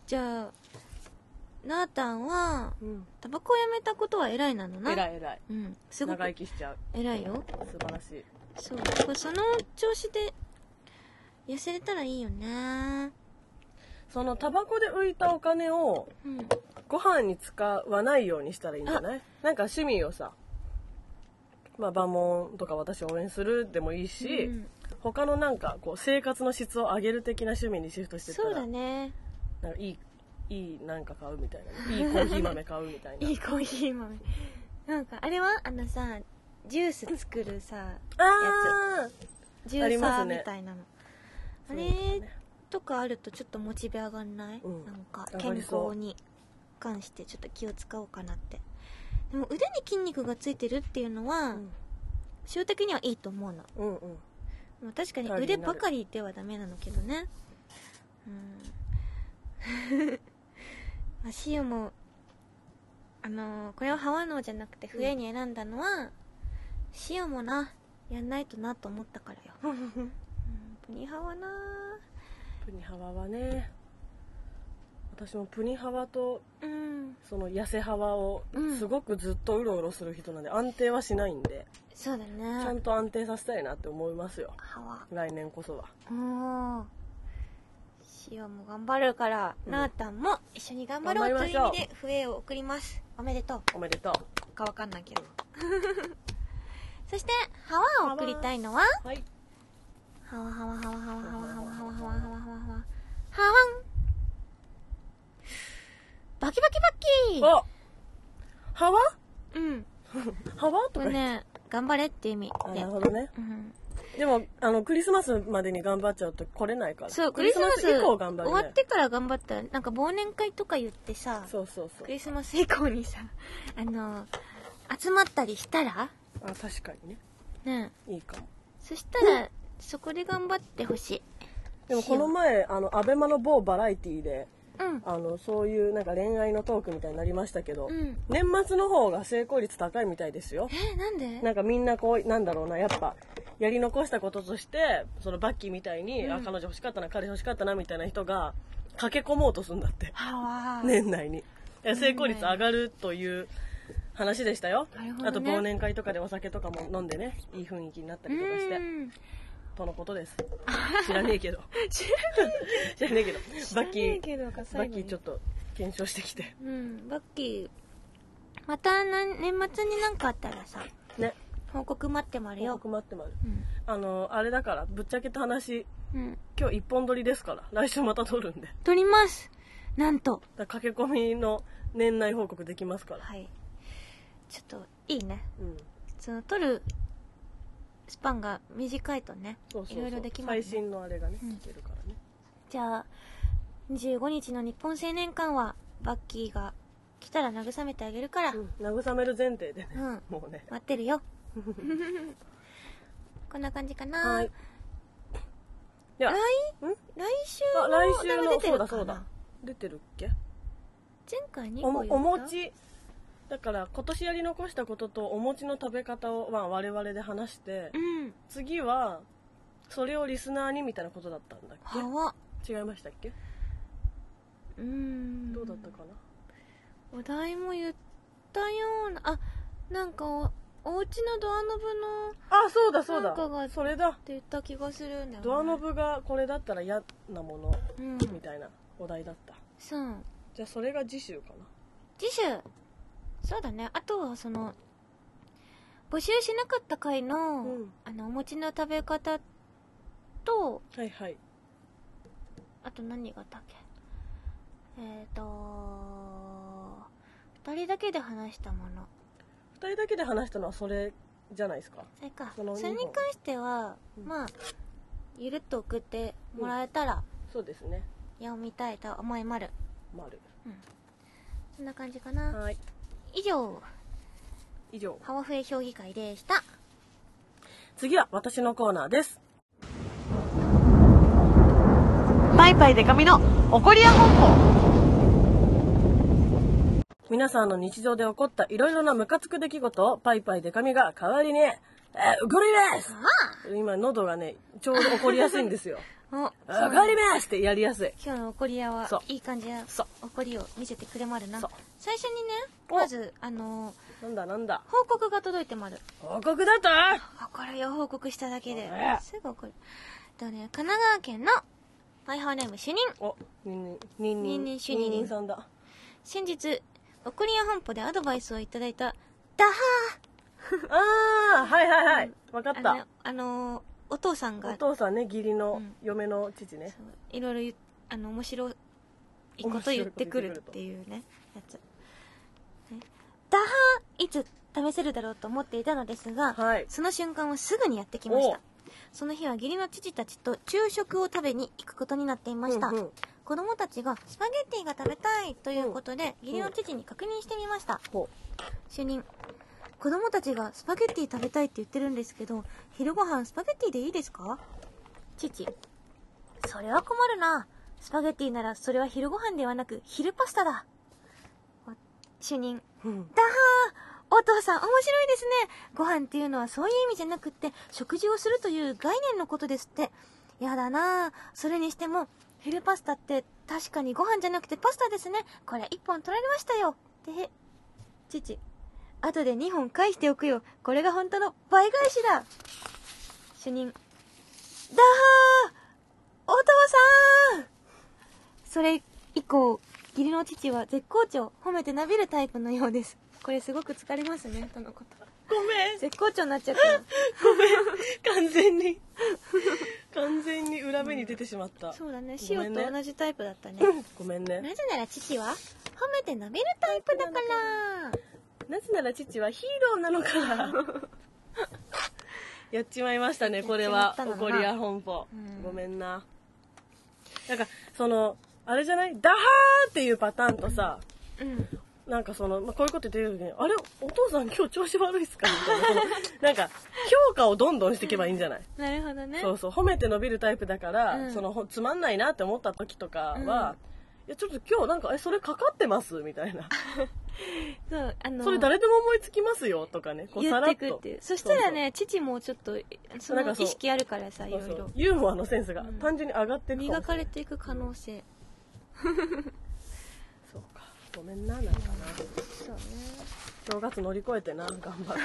Speaker 3: じゃあなーたんは
Speaker 2: うん
Speaker 3: タバコをやめたことは偉いなのな
Speaker 2: 偉
Speaker 3: い
Speaker 2: い偉い
Speaker 3: うんすご
Speaker 2: 長
Speaker 3: く
Speaker 2: 生きしちゃう
Speaker 3: 偉いよ
Speaker 2: 素晴らしい
Speaker 3: そうこれその調子で痩せれたらいいよね
Speaker 2: そのタバコで浮いたお金を
Speaker 3: うん
Speaker 2: ご飯に使わないようにしたらいいんじゃないなんか趣味をさまあ馬門とか私応援するでもいいし、
Speaker 3: うん
Speaker 2: 他のなんかこう生活の質を上げる的な趣味にシフトしてったら
Speaker 3: そうだね
Speaker 2: なんかいいいいなんか買うみたいな、いいコーヒー豆買うみたいな。
Speaker 1: いいコーヒー豆なんかあれはあのさジュース作るさ
Speaker 2: あ
Speaker 1: ジュ
Speaker 2: あり
Speaker 1: ーサ
Speaker 2: ます
Speaker 1: ーみ
Speaker 2: ね
Speaker 1: たいなのあ
Speaker 2: あ
Speaker 1: れとかあるとちょっとモチベ上がんない、
Speaker 2: うん
Speaker 1: なんか
Speaker 2: 上
Speaker 1: 健
Speaker 2: がりそう
Speaker 1: 康に関してちょっと気を使おうかなってでも腕に筋肉がついてるっていうのは、
Speaker 2: うん
Speaker 1: 塩的にはいいと思うの
Speaker 2: うんうん。
Speaker 1: まあ確かに
Speaker 2: 頼り
Speaker 1: 腕
Speaker 2: になる
Speaker 1: ばかりではダメなのけどねうん <laughs> まあシオもあのーこれはハワのじゃなくて笛に選んだのは、シオもなやんないとなと思ったからよ、
Speaker 2: <laughs>
Speaker 1: うん、プニハワな
Speaker 2: プニハワはね、私もプニハワと
Speaker 1: うん
Speaker 2: その痩せハワを
Speaker 1: うん
Speaker 2: すごくずっとうろうろする人なんで安定はしないんで、
Speaker 1: そうだ
Speaker 2: ち
Speaker 1: ね
Speaker 2: ゃんと安定させたいなって思いますよ。
Speaker 1: ハワ
Speaker 2: 来年こそは。
Speaker 1: おーシオも頑張るから、
Speaker 2: うん
Speaker 1: なあたんも一緒に頑張ろう
Speaker 2: 頑
Speaker 1: と
Speaker 2: 張
Speaker 1: いう
Speaker 2: り
Speaker 1: 意
Speaker 2: ましょう
Speaker 1: 味で笛を送りますおめでとう
Speaker 2: おめでと
Speaker 1: かわかんないけど <laughs> そしてハワを送りたいのは
Speaker 2: う。はい。
Speaker 1: ハワハワハワハワハワハワハワハワハワハワハワンバキバキバキ
Speaker 2: おハワ
Speaker 1: うん
Speaker 2: ハワと
Speaker 1: こ
Speaker 2: か
Speaker 1: れ
Speaker 2: 言って。
Speaker 1: ね頑張れって意味
Speaker 2: あ、
Speaker 1: で
Speaker 2: なるほどね。
Speaker 1: うん
Speaker 2: でもあのクリスマスまでに頑張っちゃうと来れないから
Speaker 1: そう
Speaker 2: ク
Speaker 1: ク
Speaker 2: リ
Speaker 1: リ
Speaker 2: ス
Speaker 1: ス
Speaker 2: マ
Speaker 1: マ
Speaker 2: ス
Speaker 1: ス
Speaker 2: 以降頑張る、ね、
Speaker 1: 終わってから頑張ったらなんか忘年会とか言ってさ
Speaker 2: そうそうそう
Speaker 1: クリスマス以降にさあの集まったりしたら
Speaker 2: あ確かにね
Speaker 1: ね
Speaker 2: いいかも
Speaker 1: そしたらそこで頑張ってほしい
Speaker 2: でもこの前あのアベマの某バラエティで
Speaker 1: うん
Speaker 2: あのそういうなんか恋愛のトークみたいになりましたけど、
Speaker 1: うん
Speaker 2: 年末の方が成功率高いみたいですよ
Speaker 1: えーなんで
Speaker 2: なんかみんなこうなんだろうなやっぱやり残したこととしてそのバッキーみたいに、あ彼女欲しかったな彼欲しかったなみたいな人が駆け込もうとするんだって
Speaker 1: はわ
Speaker 2: 年内に成功率上がるという話でしたよ、
Speaker 1: なるほどね
Speaker 2: あと忘年会とかでお酒とかも飲んでねいい雰囲気になったりとかして
Speaker 1: うん
Speaker 2: とのことです知らねえけど知らねえけどバッキー
Speaker 1: けどバ
Speaker 2: バッキーちょっと検証してきて
Speaker 1: うんバッキーまたな年末になんかあったらさ
Speaker 2: ね
Speaker 1: 報告待ってまる
Speaker 2: よ
Speaker 1: よ
Speaker 2: く待ってまる
Speaker 1: うん
Speaker 2: あのあれだからぶっちゃけた話
Speaker 1: うん
Speaker 2: 今日一本撮りですから来週また撮るんで
Speaker 1: 撮りますなんと
Speaker 2: だから駆け込みの年内報告できますから、
Speaker 1: はいちょっといいね
Speaker 2: うん、
Speaker 1: その撮るスパンが短いとね
Speaker 2: そうそうそう
Speaker 1: いろいろできますね
Speaker 2: 最新のあれがね、
Speaker 1: うん
Speaker 2: 聞けるからね
Speaker 1: じゃあ25日の日本青年館はバッキーが来たら慰めてあげるから、
Speaker 2: うん、慰める前提でね、
Speaker 1: うん
Speaker 2: もうね
Speaker 1: 待ってる
Speaker 2: <laughs>
Speaker 1: よこんな感じかな、
Speaker 2: はいでは
Speaker 1: 来
Speaker 2: ん
Speaker 1: 来週
Speaker 2: あ
Speaker 1: の
Speaker 2: 来週
Speaker 1: なん
Speaker 2: の
Speaker 1: か出て
Speaker 2: そう
Speaker 1: る
Speaker 2: だ
Speaker 1: か
Speaker 2: そうだ
Speaker 1: な
Speaker 2: 出てるっけ
Speaker 1: 前回に
Speaker 2: おお餅だから今年やり残したこととお餅の食べ方を、まあ、我々で話して
Speaker 1: うん
Speaker 2: 次はそれをリスナーにみたいなことだったんだっ
Speaker 1: はわ
Speaker 2: け違いましたっけ
Speaker 1: うん
Speaker 2: どうだったかな
Speaker 1: お題も言ったようなあなんかおお家のドアノブのっ
Speaker 2: あそうだそうだ
Speaker 1: なんかが
Speaker 2: それだ
Speaker 1: て言った気がするんだよね
Speaker 2: ドアノブがこれだったら嫌なもの
Speaker 1: うん
Speaker 2: みたいなお題だった
Speaker 1: そう
Speaker 2: じゃあそれが次週かな
Speaker 1: 次週そうだねあとはその募集しなかった回の,、
Speaker 2: うん
Speaker 1: あのお餅の食べ方と
Speaker 2: はいはい
Speaker 1: あと何があったっけえっ、ー、と2人だけで話したもの
Speaker 2: 2人だけで話したのはそれじゃないですか
Speaker 1: それか
Speaker 2: その
Speaker 1: それに関しては、
Speaker 2: うん
Speaker 1: まあゆるっと送ってもらえたら
Speaker 2: そうですね
Speaker 1: 読みたいと思いまる
Speaker 2: 丸
Speaker 1: そんな感じかな
Speaker 2: はい
Speaker 1: 以上
Speaker 2: 以上
Speaker 1: ハワフエ評議会でした
Speaker 2: 次は私のコーナーです
Speaker 3: パイパイデカミの怒りや本舗
Speaker 2: 皆さんの日常で起こったいろいろなムカつく出来事をパイパイデカミが代わりに、えー、怒ります今喉がね、ちょうど怒りやすいんですよ。
Speaker 1: お
Speaker 2: 怒りますってやりやすい。
Speaker 1: 今日の怒り屋は
Speaker 2: そう
Speaker 1: いい感じや
Speaker 2: そう
Speaker 1: 怒りを見せてくれまるな
Speaker 2: そう
Speaker 1: 最初にね
Speaker 2: お
Speaker 1: まずあのー
Speaker 2: なんだなんだ。
Speaker 1: 報告が届いてまる
Speaker 2: 報告だと
Speaker 1: 怒るよ報告しただけで
Speaker 2: おい
Speaker 1: すぐ怒るえっとね神奈川県のパイハーネーム主任
Speaker 2: お、にんにん、
Speaker 1: にんに
Speaker 2: にんにん、
Speaker 1: ん主任
Speaker 2: にんにんさ
Speaker 1: <laughs>
Speaker 2: んだ。
Speaker 1: 先日怒り屋本舗でアドバイスをいただいたダハ
Speaker 2: あー、はいはいはい。わかっ
Speaker 1: ーあの
Speaker 2: た。
Speaker 1: あのーお父さん
Speaker 2: お
Speaker 1: が
Speaker 2: 父さんね、義理の
Speaker 1: うん
Speaker 2: 嫁の父ね。
Speaker 1: いろいろ言うあの面白いこと言ってくるっていうねやつねダハーいつ試せるだろうと思っていたのですが、
Speaker 2: はい。
Speaker 1: その瞬間はすぐにやってきまし
Speaker 2: お
Speaker 1: たその日は義理の父たちと昼食を食べに行くことになっていました、
Speaker 2: うんうん
Speaker 1: 子供たちがスパゲッティが食べたいということで、義理の父に確認してみました、
Speaker 2: ほ
Speaker 1: 主任子供たちがスパゲッティ食べたいって言ってるんですけど昼ご飯スパゲッティでいいですか父それは困るなスパゲッティならそれは昼ご飯ではなく昼パスタだお主任
Speaker 2: う。うん
Speaker 1: だはーお父さん面白いですねご飯っていうのはそういう意味じゃなくって食事をするという概念のことですってやだなあそれにしても昼パスタって確かにご飯じゃなくてパスタですねこれ1本取られましたよで父後で2本返しておくよこれが本当の倍返しだ主任だはーお父さんそれ以降義理の父は絶好調褒めてなびるタイプのようですこれすごく疲れますねとのこと
Speaker 2: ごめん、
Speaker 1: 絶好調になっちゃったな
Speaker 2: <laughs> 完全
Speaker 1: <laughs>
Speaker 2: に。完全に裏目に出てしまった。
Speaker 1: そうだね
Speaker 2: ごめ
Speaker 1: 塩
Speaker 2: んね
Speaker 1: と同じタイプだったね
Speaker 2: <laughs> ごめんね。
Speaker 1: なぜなら父は褒めてなびるタイプだから
Speaker 2: なぜなら父はヒーローなのから。 <laughs> やっちまいましたねこれは
Speaker 1: やっちまったの
Speaker 2: 怒
Speaker 1: な
Speaker 2: りや本舗、
Speaker 1: うん
Speaker 2: ごめんななんかそのあれじゃないダハーっていうパターンとさ
Speaker 1: うん
Speaker 2: なんかその、まあ、こういうこと言ってる時に「あれお父さん今日調子悪いっすか?」みたいなその <laughs> なんか評価をどんどんしていけばいいんじゃない
Speaker 1: なるほどね
Speaker 2: そうそう褒めて伸びるタイプだから、
Speaker 1: うん
Speaker 2: そのほつまんないなって思った時とかは、いやちょっと今日なんかえそれかかってますみたいな
Speaker 1: そうあの
Speaker 2: それ誰でも思いつきますよとかねこう
Speaker 1: 言
Speaker 2: さ
Speaker 1: っ
Speaker 2: ら
Speaker 1: て
Speaker 2: っ
Speaker 1: くっ
Speaker 2: と
Speaker 1: ていうそしたらね父もちょっとそ
Speaker 2: なん
Speaker 1: の
Speaker 2: かそう
Speaker 1: 意識あるからさい
Speaker 2: そう
Speaker 1: ろ
Speaker 2: そう
Speaker 1: いろ
Speaker 2: ユーモアのセンスが
Speaker 1: うん
Speaker 2: 単純に上がっていくかも
Speaker 1: 磨
Speaker 2: しれ
Speaker 1: か
Speaker 2: な
Speaker 1: れ
Speaker 2: い
Speaker 1: ていく可能性
Speaker 2: そうかごめんななんかな
Speaker 1: そうね
Speaker 2: 正月乗り越えてな頑張 <laughs> っ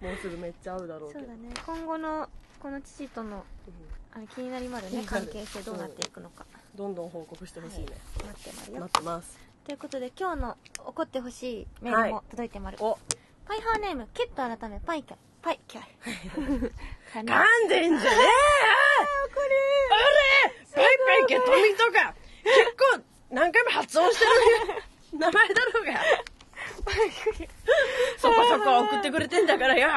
Speaker 2: てもうすぐめっちゃ会うだろう
Speaker 1: そ
Speaker 2: け
Speaker 1: う
Speaker 2: ど
Speaker 1: だね今後のこの父との
Speaker 2: うん
Speaker 1: あれ気になりまる
Speaker 2: 気に
Speaker 1: ね
Speaker 2: なる
Speaker 1: 関係性どうなっていくのか
Speaker 2: どんどん報告してほしいね、
Speaker 1: 待ってまるよ
Speaker 2: 待ってます
Speaker 1: ということで今日の怒ってほしいメール
Speaker 2: は
Speaker 1: も届いてまる、
Speaker 2: お
Speaker 1: パイハーネームケット改めパイキャイパイキャイかな
Speaker 2: 噛んでんじゃねえよあれペイペイケトミとか結構何回も発音してる名前だろう <laughs> がそこそこ送ってくれてんだからよ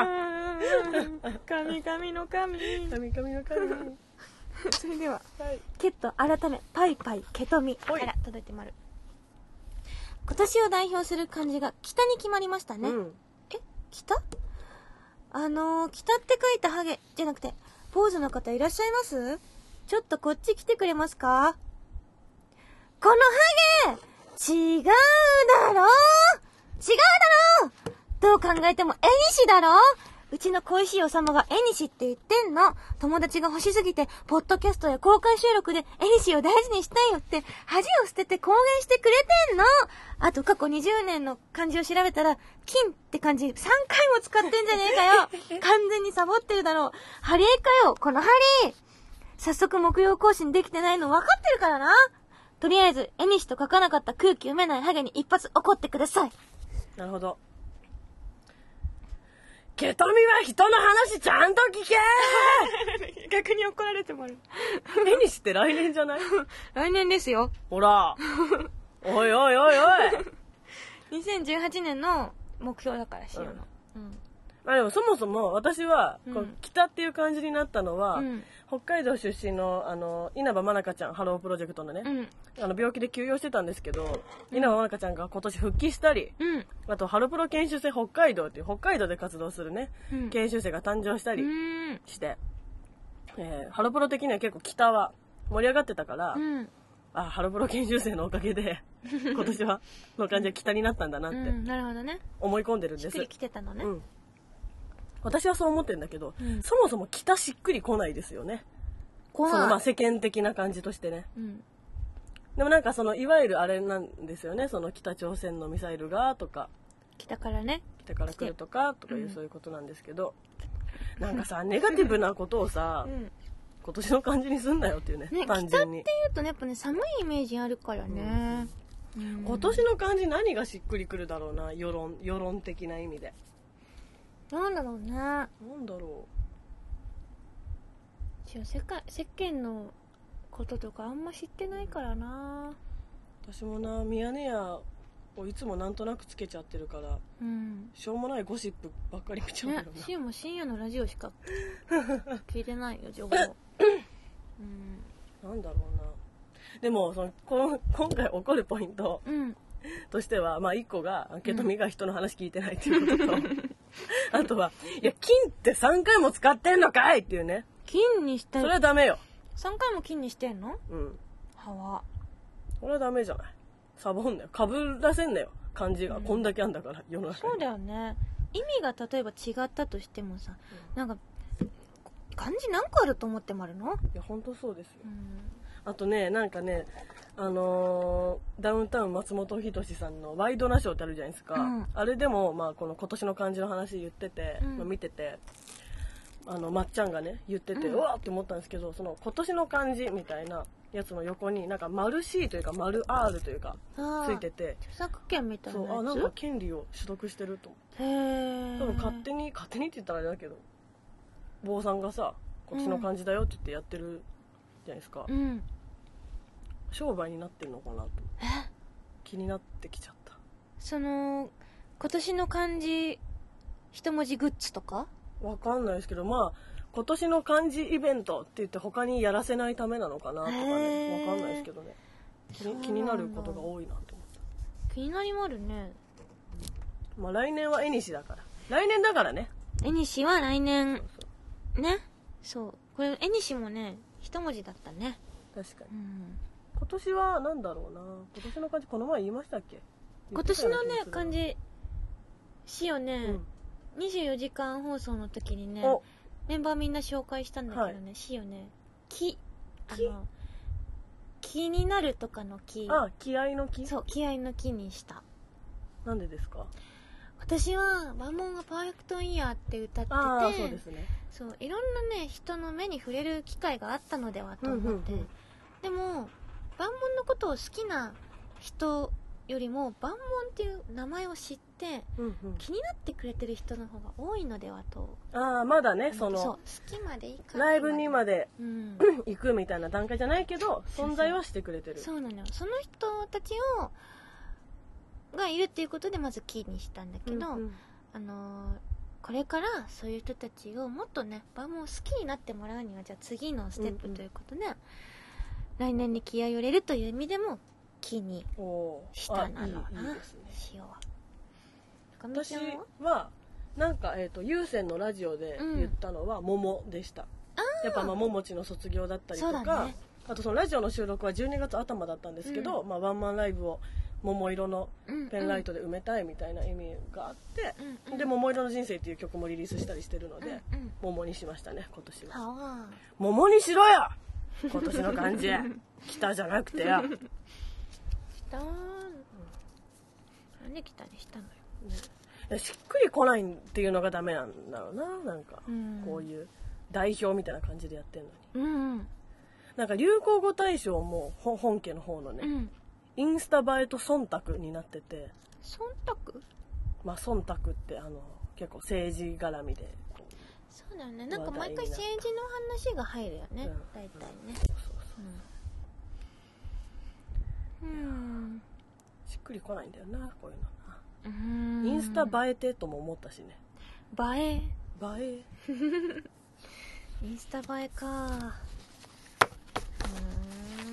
Speaker 1: <laughs> 神々の神
Speaker 2: 神々の神々
Speaker 1: <laughs> それでは
Speaker 2: はい
Speaker 1: ケット改めパイパイケトミか
Speaker 2: ほい
Speaker 1: ら届いてまる今年を代表する漢字が北に決まりましたね、
Speaker 2: うん
Speaker 1: 北あのー、北って書いたハゲじゃなくて坊主の方いらっしゃいますちょっとこっち来てくれますかこのハゲ違うだろ違うだろどう考えても縁西だろうちの恋しいお様が縁西って言ってんの友達が欲しすぎて、ポッドキャストや公開収録で縁西を大事にしたいよって恥を捨てて公言してくれてんのあと過去20年の漢字を調べたら、金って漢字3回も使ってんじゃねえかよ完全にサボってるだろうハリエかよこのハリー早速木曜更新できてないの分かってるからなとりあえず、絵にしと書かなかった空気読めないハゲに一発怒ってください。
Speaker 2: なるほどケトミは人の話ちゃんと聞け
Speaker 1: <laughs> 逆に怒られてもらう。
Speaker 2: <laughs> 絵にして来年じゃない
Speaker 1: <laughs> 来年ですよ。
Speaker 2: ほらおいおいおいおい
Speaker 1: 2018年の目標だから、しようの。うん。
Speaker 2: まあでもそもそも私はこ
Speaker 1: う
Speaker 2: うん北っていう感じになったのは、
Speaker 1: うん
Speaker 2: 北海道出身のあの稲葉真中ちゃんハロープロジェクトのね
Speaker 1: う、ん。
Speaker 2: あの病気で休養してたんですけど、稲葉真中ちゃんが今年復帰したり
Speaker 1: うん。
Speaker 2: あとハロプロ研修生北海道っていう北海道で活動するね、
Speaker 1: うん
Speaker 2: 研修生が誕生した
Speaker 1: う
Speaker 2: り
Speaker 1: ん。
Speaker 2: して、えーハロプロ的には結構北は盛り上がってたから、
Speaker 1: うん。
Speaker 2: あハロプロ研修生のおかげ
Speaker 1: <laughs>
Speaker 2: で今年はの感じは北になったんだなっ
Speaker 1: う
Speaker 2: て
Speaker 1: ん。なるほどね。
Speaker 2: 思い込んでるん
Speaker 1: し
Speaker 2: で
Speaker 1: っ
Speaker 2: す、
Speaker 1: くりきてたのね
Speaker 2: う。ん、私はそう思ってるんだけど、
Speaker 1: うん
Speaker 2: そもそも北しっくり来ないですよね
Speaker 1: こ
Speaker 2: そのまあ
Speaker 1: は。
Speaker 2: 世間的な感じとしてね
Speaker 1: うん。
Speaker 2: でもなんかそのいわゆるあれなんですよねその北朝鮮のミサイルがとか
Speaker 1: 北からね。
Speaker 2: 北から来るとかとかいううんそういうことなんですけど、なんかさネガティブなことをさ、
Speaker 1: <laughs> うん。ね、
Speaker 2: 今年の感じにすんなよっていうね
Speaker 1: 北って
Speaker 2: 単純
Speaker 1: 言
Speaker 2: に
Speaker 1: うとね、やっぱね、寒いイメージあるからね。うん
Speaker 2: 今年の感じ何がしっくりくるだろうな世論世論的な意味で
Speaker 1: なんだろうね。
Speaker 2: なんだろ
Speaker 1: 違う世界世間のこととかあんま知ってないからな
Speaker 2: う私もなミヤネ屋をいつもなんとなくつけちゃってるから
Speaker 1: うん
Speaker 2: しょうもないゴシップばっかり見ちゃうんだ
Speaker 1: ね
Speaker 2: ろうな、
Speaker 1: シも深夜のラジオし
Speaker 2: <laughs>
Speaker 1: か聞いてないよ情報うん
Speaker 2: なんだろうなでもそのこの今回起こるポイント
Speaker 1: うん
Speaker 2: としては、まあ、1個が受け止めが人の話聞いてないっていうことと、
Speaker 1: <laughs>
Speaker 2: あとは「いや金って3回も使ってんのかい!」っていうね
Speaker 1: 金にして
Speaker 2: それはダメよ
Speaker 1: 3回も金にしてんの
Speaker 2: うん
Speaker 1: 歯は
Speaker 2: それはダメじゃないサボんなよかぶらせんなよ漢字が、
Speaker 1: うん
Speaker 2: こんだけあんだから世の中
Speaker 1: そう
Speaker 2: に
Speaker 1: だよね意味が例えば違ったとしてもさなんか漢字何個あると思ってもあるの
Speaker 2: いや本当そうですよ
Speaker 1: うん
Speaker 2: あとねなんかねあのーダウンタウン松本人志さんの「ワイドナショー」ってあるじゃないですか、
Speaker 1: うん
Speaker 2: あれでも、まあ、この今年の漢字の話言ってて、
Speaker 1: うん
Speaker 2: まあ見ててあのまっちゃんがね言ってて、う
Speaker 1: うん
Speaker 2: わーって思ったんですけどその今年の漢字みたいなやつの横になんか丸 C というか丸 R というか
Speaker 1: ああ
Speaker 2: ついてて
Speaker 1: 著作権みたい
Speaker 2: そ
Speaker 1: な
Speaker 2: うあ
Speaker 1: や
Speaker 2: なんか
Speaker 1: つ
Speaker 2: 権利を取得してると
Speaker 1: へ
Speaker 2: 思
Speaker 1: え
Speaker 2: う多分勝手に勝手にって言ったらあれだけど坊さんがさ今年の漢字だよって言ってやってるじゃないですか、
Speaker 1: うん
Speaker 2: 商売になってんのかなと気になってきちゃった
Speaker 1: その今年の漢字一文字グッズとか
Speaker 2: わかんないですけどまあ今年の漢字イベントって言って他にやらせないためなのかなとかね
Speaker 4: へー
Speaker 2: わかんないですけどね気に気になることが多いなと思って
Speaker 1: 気になりまるね
Speaker 2: まあ来年は縁だから来年だからね
Speaker 1: えにしは来年
Speaker 2: そうそ
Speaker 1: ねそうこれえにしもね一文字だったね
Speaker 2: う確かに
Speaker 1: うん
Speaker 2: 今年はなんだろうな今年の漢字この前言いましたっけ
Speaker 1: 今年のね
Speaker 2: 言ってたよう
Speaker 1: 漢
Speaker 2: な気が
Speaker 1: 字しよ
Speaker 2: す
Speaker 1: ね
Speaker 2: る、
Speaker 1: 24時間放送の時にね
Speaker 2: うん、お
Speaker 1: メンバーみんな紹介したんだけどね、
Speaker 2: は
Speaker 1: しよね気あの気になるとかの気
Speaker 2: あ気合の気
Speaker 1: そう気合の気にした
Speaker 2: なんでですか
Speaker 1: 私は「万ンがパーフェクトイヤー」って歌ってて
Speaker 2: ああそうですね
Speaker 1: そういろんなね人の目に触れる機会があったのではと思って、
Speaker 2: うんうんうん
Speaker 1: でも万ンのことを好きな人よりも万ンっていう名前を知って
Speaker 2: うんうん
Speaker 1: 気になってくれてる人の方が多いのではと
Speaker 2: ああまだねそ
Speaker 1: そう
Speaker 2: の
Speaker 1: 好きまでいいか
Speaker 2: ライブにまで <laughs>
Speaker 1: うん、
Speaker 2: 行くみたいな段階じゃないけど
Speaker 1: そう
Speaker 2: 存在はしてくれてる
Speaker 1: そうなのよその人たちをがいるっていうことでまずキーにしたんだけど、
Speaker 2: うんうん
Speaker 1: あのーこれからそういう人たちをもっとねバムを好きになってもらうにはじゃあ次のステップ
Speaker 2: うんうん
Speaker 1: ということで、来年に気合を入れるという意味でもキーに
Speaker 2: おー
Speaker 1: したな
Speaker 2: あいい
Speaker 1: のか
Speaker 2: い
Speaker 1: ない
Speaker 2: ですね
Speaker 1: しよう中身
Speaker 2: 私
Speaker 1: ちゃんは
Speaker 2: はなんか、えー、と有線のラジオで
Speaker 1: うん
Speaker 2: 言ったのは「桃」でした、やっぱまあ桃地の卒業だったりと
Speaker 1: そうだ
Speaker 2: か、
Speaker 1: ね
Speaker 2: あとそのラジオの収録は12月頭だったんですけど、
Speaker 1: う
Speaker 2: まあ、ワンマンライブを桃色の
Speaker 1: うん
Speaker 2: ペンライトで埋めたいみたいな意味があって、
Speaker 1: うんうん
Speaker 2: で「桃色の人生」っていう曲もリリースしたりしてるの
Speaker 1: うんう
Speaker 2: で、
Speaker 1: ん
Speaker 2: 桃にしましたね今年は
Speaker 1: はわ
Speaker 2: 桃にしろよ今年の感じ北じゃなくてよ
Speaker 1: したーんなんで来たりしたのよ
Speaker 2: しっくりこないっていうのがダメなんだろうななんか、
Speaker 1: うん
Speaker 2: こういう代表みたいな感じでやってるの
Speaker 1: う
Speaker 2: に
Speaker 1: んうん
Speaker 2: なんか流行語大賞もほ本家の方のね、
Speaker 1: うん
Speaker 2: インスタ映えと忖度になってて
Speaker 1: 忖度
Speaker 2: まあ忖度ってあの結構政治絡みでこう
Speaker 1: そうだよねなんか毎回
Speaker 2: 話題になった
Speaker 1: 政治の話が入るよね、
Speaker 2: うん
Speaker 1: 大体ね
Speaker 2: そうそう
Speaker 1: うん
Speaker 2: しっくりこないんだよなこういうのな、
Speaker 1: うん
Speaker 2: インスタ映えてとも思ったしね
Speaker 1: 映え
Speaker 2: 映
Speaker 1: インスタ映えか
Speaker 2: え、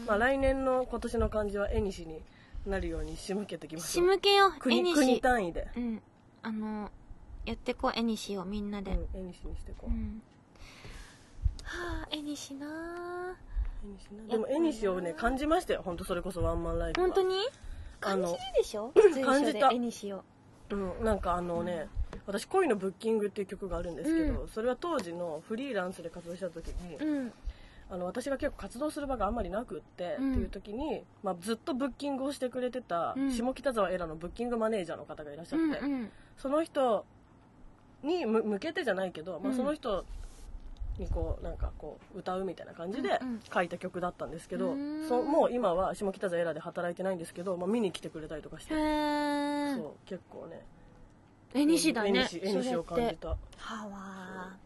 Speaker 2: まあ、来年の今年の漢字は絵にしになるように仕向けてきまし
Speaker 1: 仕
Speaker 2: ょう
Speaker 1: 向けよ絵
Speaker 2: 国
Speaker 1: に
Speaker 2: 国
Speaker 1: し
Speaker 2: 単位で、
Speaker 1: うんあのやってこう絵にしをみんな
Speaker 2: う
Speaker 1: で、
Speaker 2: ん、絵にしにしてこ
Speaker 1: う
Speaker 2: う、
Speaker 1: んはあ絵にしな
Speaker 2: 絵にしなでも絵にしをね感じましたよ本当それこそワンマンライブは
Speaker 1: 本当に
Speaker 2: あ
Speaker 1: 感じ
Speaker 2: の
Speaker 1: るでしょ普通
Speaker 2: 感
Speaker 1: に
Speaker 2: じ
Speaker 1: で
Speaker 2: た
Speaker 1: 絵にしを
Speaker 2: うん、なんかあのね、私「恋のブッキング」っていう曲があるんですけど、それは当時のフリーランスで活動した時に、
Speaker 1: うん
Speaker 2: あの私が結構活動する場があんまりなくって、
Speaker 1: うん
Speaker 2: っていう時に、まあ、ずっとブッキングをしてくれてた、
Speaker 1: うん
Speaker 2: 下北沢エラのブッキングマネージャーの方がいらっしゃ
Speaker 1: う
Speaker 2: って、
Speaker 1: んうん
Speaker 2: その人にむ向けてじゃないけど、ま
Speaker 1: う
Speaker 2: あ、
Speaker 1: ん
Speaker 2: その人にこうなんかこう歌うみたいな感じで
Speaker 1: うんうん
Speaker 2: 書いた曲だったんですけど、
Speaker 1: うん
Speaker 2: そうもう今は下北沢エラで働いてないんですけど、まあ、見に来てくれたりとかして、
Speaker 1: へえ
Speaker 2: そう結構ね
Speaker 1: 絵にしだね
Speaker 2: 絵にし絵にしを
Speaker 1: それ
Speaker 2: 感
Speaker 1: っ
Speaker 2: じ
Speaker 1: て
Speaker 2: た
Speaker 1: はわ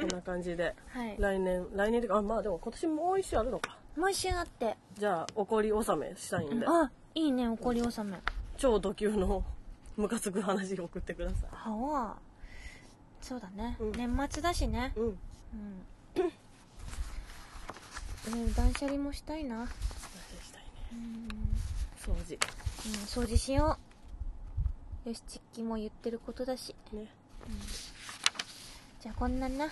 Speaker 2: こんな感じで
Speaker 1: はい
Speaker 2: 来年来年とかあまあでも今年もう一週あるのか
Speaker 1: もう一周あって
Speaker 2: じゃあ怒り納めしたいんで
Speaker 1: あいいね怒り納め
Speaker 2: 超ド級のムカつく話を送ってくださ
Speaker 1: はわそうだね、
Speaker 2: うん
Speaker 1: 年末だしね
Speaker 2: いうん
Speaker 1: うん、うん、断捨離もしたいな
Speaker 2: 話したいね
Speaker 1: うん、
Speaker 2: 掃除
Speaker 1: うん掃除しようよしチッキーも言ってることだし
Speaker 2: ね
Speaker 1: じゃあこんなんな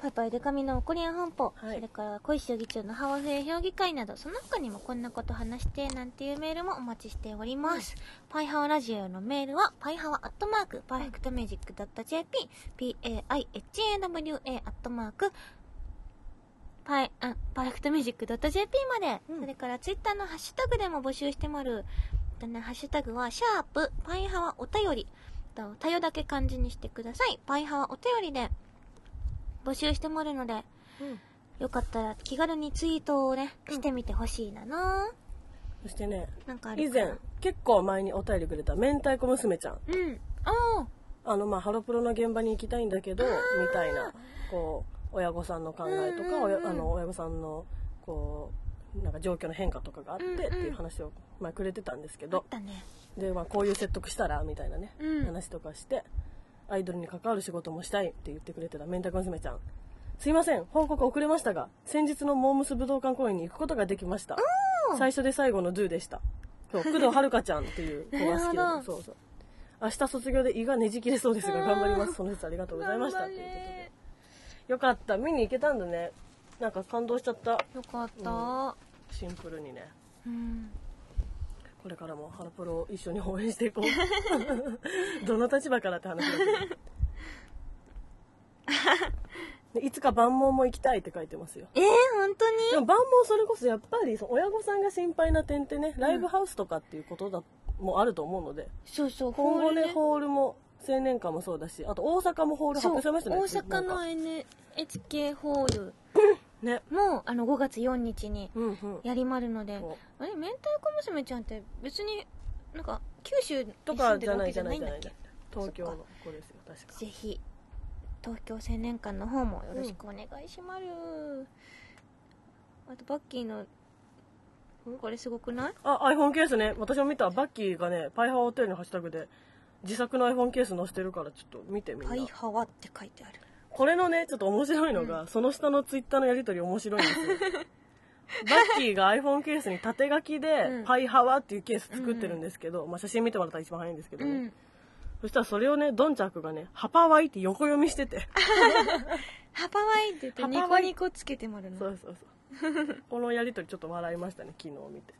Speaker 1: パイパイデカミの怒りや本舗、
Speaker 2: はい
Speaker 1: それから恋将棋長のハワフエ評議会などその他にもこんなこと話してなんていうメールもお待ちしております、パイハワラジオへのメールはパイハワアットマークパーフェクトミュージック .jp paihawa アットマークパイ、あ、パーフェクトミュージック .jp まで、
Speaker 2: うん
Speaker 1: それからツイッターのハッシュタグでも募集してもらう。えっとね、ハッシュタグは、シャープ、パイハワお便り。えっとたよだけ漢字にしてください。パイハワお便りで募集してもらうので、よかったら気軽にツイートをね、してみてほしいなな、
Speaker 2: そしてね
Speaker 1: なんかあ
Speaker 2: 以
Speaker 1: るかな
Speaker 2: 前結構前にお便りくれた明太子娘ちゃん
Speaker 1: うん。おー
Speaker 2: あのまあハロプロの現場に行きたいんだけどみたいなこう親御さんの考えとか、
Speaker 1: うんうんうん
Speaker 2: おやあの親御さんのこうなんか状況の変化とかがあって
Speaker 1: うんうん
Speaker 2: っていう話を前くれてたんですけ
Speaker 1: あっ
Speaker 2: ど、
Speaker 1: たね。
Speaker 2: でまあこういう説得したらみたいなね、
Speaker 1: うん
Speaker 2: 話とかしてアイドルに関わる仕事もしたいって言ってくれてた明太子娘ちゃんすいません報告遅れましたが先日のモームス武道館公演に行くことができました最初で最後のドゥでしたそう工藤遥ちゃんっていう
Speaker 5: <laughs>
Speaker 2: 子が好き
Speaker 5: なる
Speaker 2: な
Speaker 5: ほど
Speaker 2: そうそう明日卒業で胃がねじ切れそうですが頑張りますその人ありがとうございましたと
Speaker 5: 頑
Speaker 2: い
Speaker 5: 張
Speaker 2: う
Speaker 5: れ
Speaker 2: ことでよかった見に行けたんだねなんか感動しちゃった
Speaker 1: よかった、
Speaker 2: シンプルにね
Speaker 1: うん、
Speaker 2: これからもハロプロを一緒に応援してい
Speaker 1: <laughs>
Speaker 2: こうどの立場からって話だけどでいつか万能も行きたいって書いてますよ
Speaker 1: えー、本当に
Speaker 2: でも万能それこそやっぱりその親御さんが心配な点ってねライブハウスとかっていうことだ、もあると思うので
Speaker 1: そうそう
Speaker 2: 今後
Speaker 1: ホール
Speaker 2: ねホールも青年館もそうだしあと大阪もホール発
Speaker 1: そう
Speaker 2: 表されましたね
Speaker 1: 大阪
Speaker 2: なん
Speaker 1: の
Speaker 2: か
Speaker 1: NHK ホール
Speaker 2: ね
Speaker 1: もあの5月4日に
Speaker 2: うんうん
Speaker 1: やりまるので
Speaker 2: そう
Speaker 1: あれ明太子娘ちゃんって別になんか九州に
Speaker 2: と
Speaker 1: 住
Speaker 2: か
Speaker 1: んで
Speaker 2: じゃ
Speaker 1: るわ
Speaker 2: な
Speaker 1: け
Speaker 2: い
Speaker 1: じ
Speaker 2: じ
Speaker 1: ゃ
Speaker 2: ゃな
Speaker 1: ない
Speaker 2: い
Speaker 1: ん
Speaker 2: じゃ
Speaker 1: だ
Speaker 2: な
Speaker 1: っ
Speaker 2: い
Speaker 1: け
Speaker 2: 東京の子ですよ確か
Speaker 1: ぜひ東京青年館の方もよろしくお願いします、あとバッキーのこれすごくない
Speaker 2: あ、iPhone ケースね。私も見た。バッキーがね、パイハワホテルのハッシュタグで、自作の iPhone ケース載せてるから、ちょっと見てみん
Speaker 1: パ
Speaker 2: な
Speaker 1: イ。ハワって書いてある
Speaker 2: これのね、ちょっと面白いのが、その下のツイッターのやりとり面白いん
Speaker 1: <laughs>
Speaker 2: ですよ。バッキーが iPhone ケースに縦書き
Speaker 1: ん
Speaker 2: で、パイハワっていうケース作ってるんですけど、まあ写真見てもらったら一番早いんですけどね。
Speaker 1: うん
Speaker 2: そしたらそれをね、ドンチャクがね、ハパワイって横読みしてて。
Speaker 1: ハパワイって言ってニ
Speaker 2: ハパ
Speaker 1: コ
Speaker 2: ワイ
Speaker 1: ニコつけてもらうの
Speaker 2: そうそうそう。このやりとりちょっと笑いましたね、昨日見て。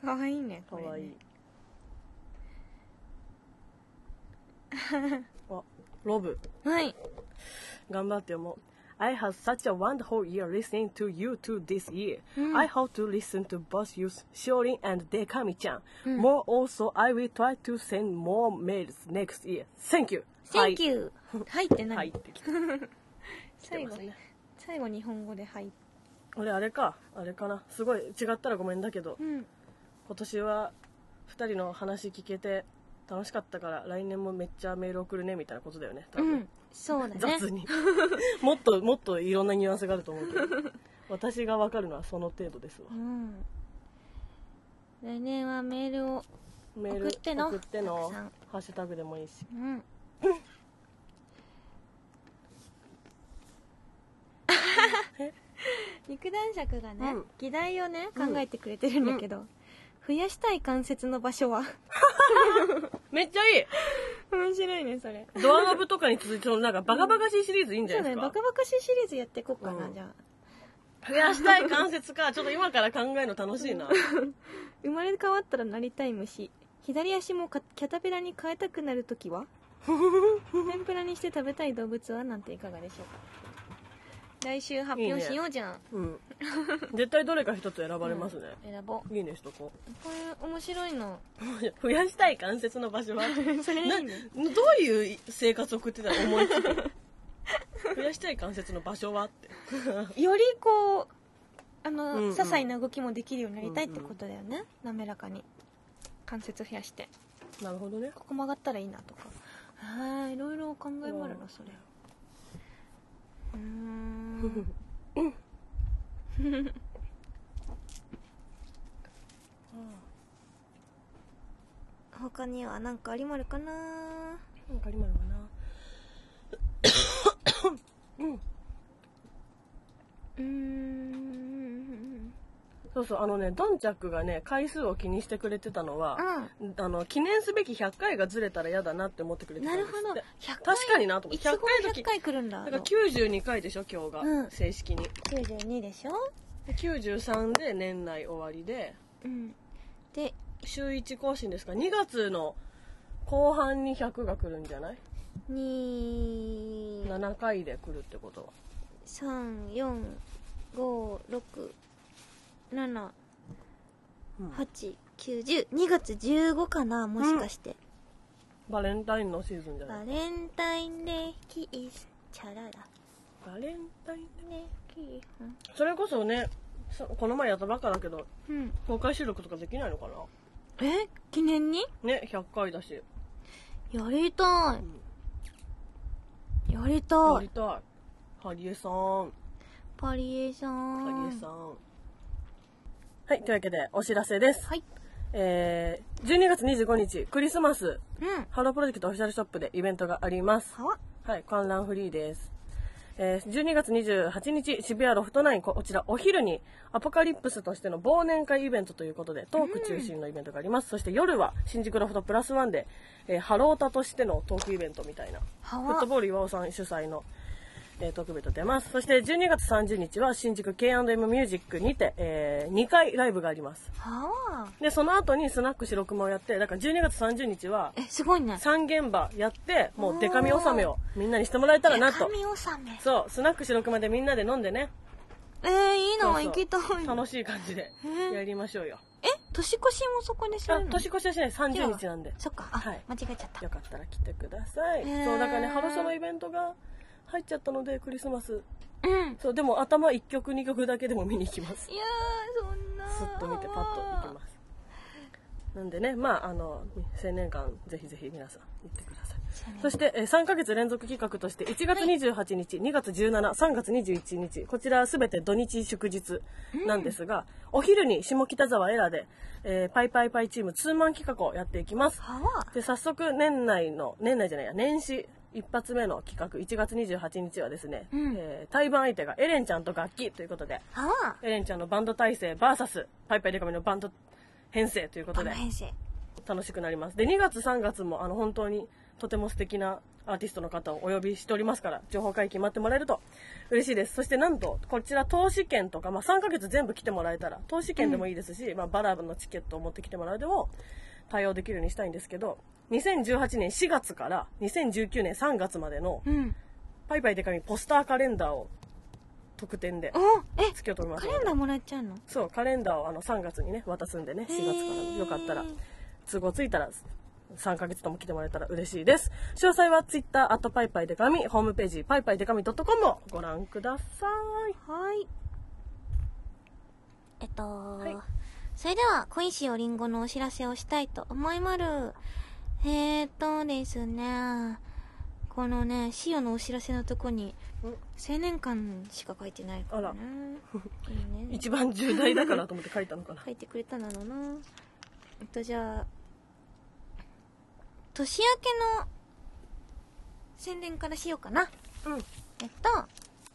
Speaker 1: かわいいねこ
Speaker 2: か
Speaker 1: れね
Speaker 2: わいい。 <laughs> あ、ロブ。
Speaker 1: はい
Speaker 2: 頑張ってもう I had such a wonderful year listening to you two this year.、I hope to listen to both you, Shorin and Dekami-chan.、More also, I will try to send more mails next year. Thank you.
Speaker 1: Thank you はいって
Speaker 2: はい。
Speaker 1: 何、
Speaker 2: はい <laughs> って来て
Speaker 1: 最
Speaker 2: ま
Speaker 1: 後
Speaker 2: すね。
Speaker 1: 最後日本語ではい
Speaker 2: 俺あれか、あれかな。すごい違ったらごめんだけど、
Speaker 1: うん
Speaker 2: 今年は2人の話聞けて楽しかったから来年もめっちゃメール送るねみたいなことだよね。多
Speaker 1: う
Speaker 2: 分
Speaker 1: んそうだね
Speaker 2: 雑に <laughs> もっともっといろんなニュアンスがあると思うけど私が分かるのはその程度ですわ
Speaker 1: うん来年はメールを
Speaker 2: メール
Speaker 1: 送っての
Speaker 2: 送って
Speaker 1: た
Speaker 2: の
Speaker 1: くさん
Speaker 2: ハッシュタグでもいいし
Speaker 1: うん <laughs> 肉男爵がね、
Speaker 2: うん
Speaker 1: 議題をね考えてくれてるんだけど、増やしたい関節の場所
Speaker 2: <laughs>
Speaker 1: は
Speaker 2: めっちゃい
Speaker 1: 面白いねそれ
Speaker 2: いドアノブとかに続いてそのなんかバカバカしいシリーズいいんじ
Speaker 1: そ
Speaker 2: ゃ
Speaker 1: う
Speaker 2: な
Speaker 1: だ
Speaker 2: い
Speaker 1: ね
Speaker 2: です
Speaker 1: バカ
Speaker 2: か
Speaker 1: バカしいシリーズやっていこうかな、
Speaker 2: うん
Speaker 1: じゃあ
Speaker 2: 増やしたい関節かちょっと今から考えるの楽しいな
Speaker 1: 生まれ変わったらなりたい虫左足もかキャタペラに変えたくなるとき <laughs> は天ぷらにして食べたい動物はなんていかがでしょうか来週発表しようじゃん
Speaker 2: うん絶対どれか一つ選ばれますね、
Speaker 1: 選ぼう
Speaker 2: いいねしとこ
Speaker 1: これ面白いの
Speaker 2: う <laughs> 増やしたい関節の場所は
Speaker 1: それい
Speaker 2: ないど
Speaker 1: ね
Speaker 2: ういう生活を送ってたら思いつ <laughs> く増やしたい関節の場所はって
Speaker 1: よりこうあの、
Speaker 2: うんうん
Speaker 1: 些細な動きもできるようになりたいってことだよね、滑らかに関節増やして
Speaker 2: なるほどね
Speaker 1: ここ曲がったらいいなとかあーいろいろ考えもあるなそれうー <laughs> ん
Speaker 5: 他には何かありまるかな
Speaker 2: なんか今のかな。
Speaker 1: うーん
Speaker 2: そうそう、あのね、ドンチャクがね、回数を気にしてくれてたのは、あの、記念すべき100回がずれたら嫌だなって思ってくれてた
Speaker 1: なん
Speaker 2: で
Speaker 1: る
Speaker 2: す
Speaker 1: ほど
Speaker 2: って。
Speaker 1: 100回
Speaker 2: 確かになと思
Speaker 1: い
Speaker 2: っ
Speaker 1: つ
Speaker 2: て。100
Speaker 1: 頃
Speaker 2: 回の時
Speaker 1: 100回来るんだ
Speaker 2: だから92回でしょ、今日が。
Speaker 1: うん
Speaker 2: 正式に。
Speaker 1: 92でしょ、
Speaker 2: で93で年内終わりで、
Speaker 1: うん、で
Speaker 2: 週1更新ですか、2月の後半に100が来るんじゃない
Speaker 5: に
Speaker 2: ?7 回で来るってことは。
Speaker 5: 三四五六七
Speaker 2: うん
Speaker 5: 八九十二月十五かなもしかして、
Speaker 2: バレンタインのシーズンじゃな
Speaker 5: バ
Speaker 2: い
Speaker 5: レンタインデーキイスチャララ
Speaker 2: バレンタイン
Speaker 5: ねキイ
Speaker 2: それこそね、そこの前やったばっかだけど、
Speaker 1: うん、
Speaker 2: 公開収録とかできないのかな
Speaker 1: え記念に
Speaker 2: ね100回だしや
Speaker 1: やりたいやりたい
Speaker 2: りたいハリエさん
Speaker 1: パリエさん
Speaker 2: ハリエさんはいというわけでお知らせです、
Speaker 1: はい
Speaker 2: えー、12月25日、クリスマス、
Speaker 1: うん
Speaker 2: ハロープロジェクトオフィシャルショップでイベントがあります。
Speaker 1: は
Speaker 2: はい、観覧フリーです。えー12月28日、渋谷ロフト9、ここちらお昼に、アポカリプスとしての忘年会イベントということで、トーク中心のイベントがあります。そして夜は、新宿ロフトプラスワンで、えーハロータとしてのトークイベントみたいな、
Speaker 1: は
Speaker 2: フットボール岩尾さん主催の、えートークイベント出ます。そして12月30日は、新宿 K&M ミュージックにて、え2回ライブがあります。
Speaker 1: は
Speaker 2: で、その後にスナック白熊をやって、だから12月30日は、
Speaker 1: えすごいね
Speaker 2: 3現場やって、もうデカミ納めをみんなにしてもらえたらなと。
Speaker 1: 神納め
Speaker 2: そう、スナック白熊でみんなで飲んでね、
Speaker 1: えー、いいな
Speaker 2: そうそう
Speaker 1: 行きたい
Speaker 2: 楽しい感じで
Speaker 1: え
Speaker 2: やりましょうよ。
Speaker 1: え年越しもそこにす
Speaker 2: あ
Speaker 1: るの
Speaker 2: 年越しはしない、30日なんで。
Speaker 1: そっかあ、
Speaker 2: はい
Speaker 1: 間違えちゃった
Speaker 2: よかったら来てください。
Speaker 1: へー
Speaker 2: そう、だからね、ハロソのイベントが入っちゃったので、クリスマス。
Speaker 1: うん
Speaker 2: そう、でも頭1曲2曲だけでも見に行きます。
Speaker 1: いやーそんな
Speaker 2: スッと見てパッと行きます。なんでね、まあ、あの、青年間、ぜひぜひ皆さん行ってください。そして、えー3ヶ月連続企画として、1月28日、2月17、3月21日、こちらすべて土日祝日なんですが、お昼に下北沢エラーで、えーパイパイパイチームツーマン企画をやっていきます。
Speaker 1: は
Speaker 2: で、早速、年内の、年内じゃないや、年始一発目の企画、1月28日はですね、
Speaker 1: ん
Speaker 2: えー対バン相手がエレンちゃんと楽器ということで、
Speaker 1: あは
Speaker 2: エレンちゃんのバンド体制 VS、パイパイデカミのバンド編成ということで
Speaker 1: あ、編成
Speaker 2: 楽しくなりますで2月3月もあの本当にとても素敵なアーティストの方をお呼びしておりますから情報解禁待ってもらえると嬉しいですそしてなんとこちら投資券とか、まあ、3ヶ月全部来てもらえたら投資券でもいいですし、まあ、バラのチケットを持ってきてもらうでも対応できるようにしたいんですけど2018年4月から2019年3月までの
Speaker 1: うん
Speaker 2: パイパイデカミポスターカレンダーを特典で
Speaker 1: おえ
Speaker 2: つけようと思います
Speaker 1: カレンダーもらっちゃうの
Speaker 2: そうカレンダーをあの3月にね渡すんでね4月からのよかったら都合ついたら3ヶ月とも来てもらえたら嬉しいです詳細は Twitter アットパイパイデカミホームページパイパイデカミ .com をご覧ください
Speaker 1: はい
Speaker 3: えっと、
Speaker 2: い
Speaker 3: それでは、恋しおりんごのお知らせをしたいと思いまる。えーっとですね、このね、しおのお知らせのとこに、
Speaker 1: 青年館しか書いてないから
Speaker 2: あら
Speaker 1: ねいいね
Speaker 2: <laughs> 一番重大だからと思って書いたのかな
Speaker 1: 書いてくれたなのなえっとじゃあ年明けの宣伝からしようかな
Speaker 2: うん
Speaker 1: えっと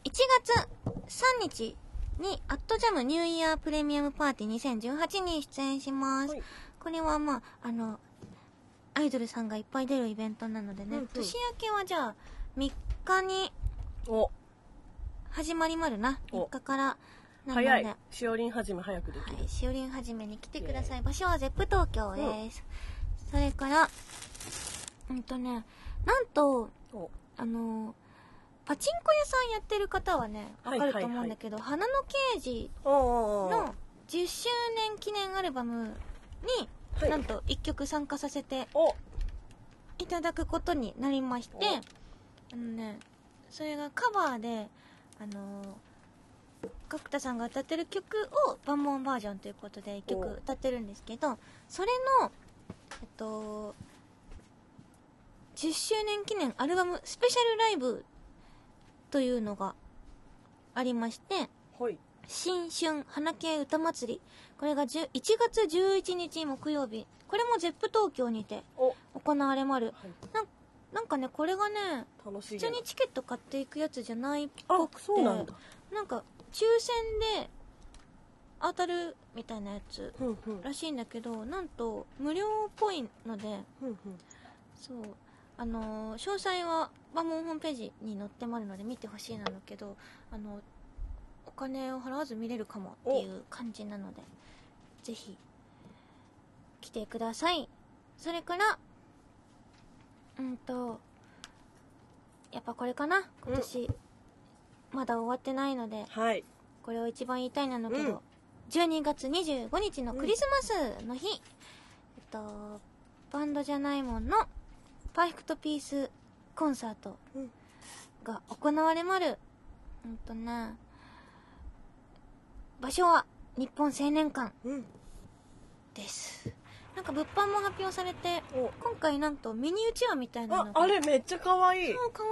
Speaker 1: 1月3日に「アットジャムニューイヤープレミアムパーティー2018」に出演します、
Speaker 2: はい
Speaker 1: これはまああのアイドルさんがいっぱい出るイベントなのでね、
Speaker 2: うんうん
Speaker 1: 年明けはじゃあ3日に
Speaker 2: お
Speaker 1: 始まりまるな
Speaker 2: お
Speaker 1: 3日からなので
Speaker 2: 早いしおりん始め早くでき
Speaker 1: は
Speaker 2: る
Speaker 1: い、しおりんはじめに来てください。場所はゼップ東京です。それから、うんとね、なんと、
Speaker 2: お
Speaker 1: あのー、パチンコ屋さんやってる方はね、わ
Speaker 2: はい
Speaker 1: かると思うんだけど、花の刑事
Speaker 2: おお
Speaker 1: の10周年記念アルバムに、
Speaker 2: はい
Speaker 1: なんと1曲参加させて
Speaker 2: おお
Speaker 1: いただくことになりまして、あのね、それがカバーで、あのー、角田さんが歌ってる曲を万ンバージョンということで一曲
Speaker 2: お
Speaker 1: 歌ってるんですけど、それの、えっと、10周年記念アルバムスペシャルライブというのがありまして、
Speaker 2: はい
Speaker 1: 新春花系歌祭り。これが10 1月11日木曜日。これも ZEP 東京にて
Speaker 2: お
Speaker 1: 行われまる。
Speaker 2: はい
Speaker 1: なんかね、これがね、
Speaker 2: 楽しい
Speaker 1: 普通にチケット買っていくやつじゃないっ
Speaker 2: あ
Speaker 1: ぽくて
Speaker 2: そうなんだ
Speaker 1: なんか抽選で当たるみたいなやつ
Speaker 2: ふんふん
Speaker 1: らしいんだけどなんと無料っぽいので
Speaker 2: ふんふん
Speaker 1: そうあのー詳細はバモンホームページに載ってもあるので見てほしいなんだけどあのお金を払わず見れるかもっていう感じなのでぜひ来てくださいそれからうんとやっぱこれかな今年、まだ終わってないので
Speaker 2: はい
Speaker 1: これを一番言いたいなのけど、
Speaker 2: うん
Speaker 1: 12月25日のクリスマスの日、えっと、バンドじゃないもんのパーフェクトピースコンサート
Speaker 2: うん
Speaker 1: が行われまる。うんとね、場所は日本青年館
Speaker 2: うん
Speaker 1: です。なんか物販も発表されて、
Speaker 2: お
Speaker 1: 今回なんとミニうちわみたいな
Speaker 2: あ
Speaker 1: のが。
Speaker 2: あれめっちゃ可愛い
Speaker 1: もう可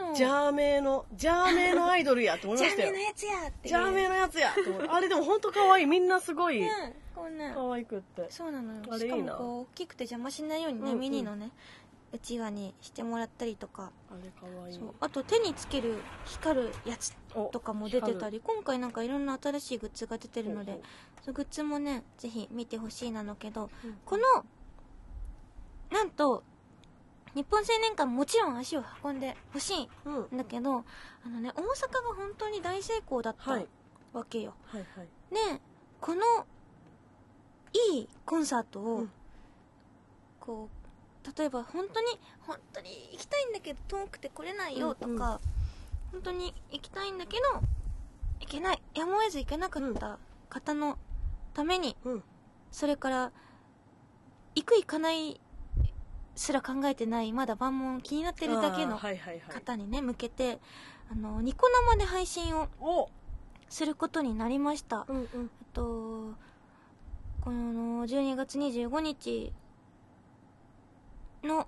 Speaker 1: 愛いの。
Speaker 2: ジャーメイのジャーメイのアイドルやって思い
Speaker 1: ジ
Speaker 2: ま
Speaker 1: ャ
Speaker 2: し
Speaker 1: ー
Speaker 2: た
Speaker 1: メイ
Speaker 2: よ
Speaker 1: のやつやっていう。
Speaker 2: ジャーメイのやつやと思うあれでも本当可愛いみんなすごい
Speaker 1: うんこうね
Speaker 2: 可愛くって
Speaker 1: そうなのよ
Speaker 2: あれ
Speaker 1: しか
Speaker 2: いいな
Speaker 1: もこう大きくて邪魔しないようにね、
Speaker 2: うんうん
Speaker 1: ミニのねうちわにしてもらったりとか、
Speaker 2: あれ可愛い
Speaker 1: そうあと手につける光るやつ
Speaker 2: お
Speaker 1: とかも出てた
Speaker 2: 光
Speaker 1: り今回なんかいろんな新しいグッズが出て
Speaker 2: る
Speaker 1: るので
Speaker 2: ほう
Speaker 1: そのグッズもねぜひ見てほしいなのけど
Speaker 2: ほう
Speaker 1: このなんと日本青年館もちろん足を運んでほしい
Speaker 2: うん
Speaker 1: んだけどあのね大阪が本当に大成功だった
Speaker 2: はい
Speaker 1: わけよ、
Speaker 2: はいはい
Speaker 1: でこのいいコンサートを、
Speaker 2: うん
Speaker 1: こう例えば本当に本当に行きたいんだけど遠くて来れないよとか、
Speaker 2: うんうん
Speaker 1: 本当に行きたいんだけど行けないやむを得ず行けなかった方のために、
Speaker 2: うん
Speaker 1: それから行く行かないすら考えてないまだ万問気になってるだけ
Speaker 2: あ
Speaker 1: の
Speaker 2: ーはいはいはい
Speaker 1: 方にね向けてあのニコ生で配信を
Speaker 2: お
Speaker 1: することになりました
Speaker 2: うんうん
Speaker 1: えっとこの12月25日の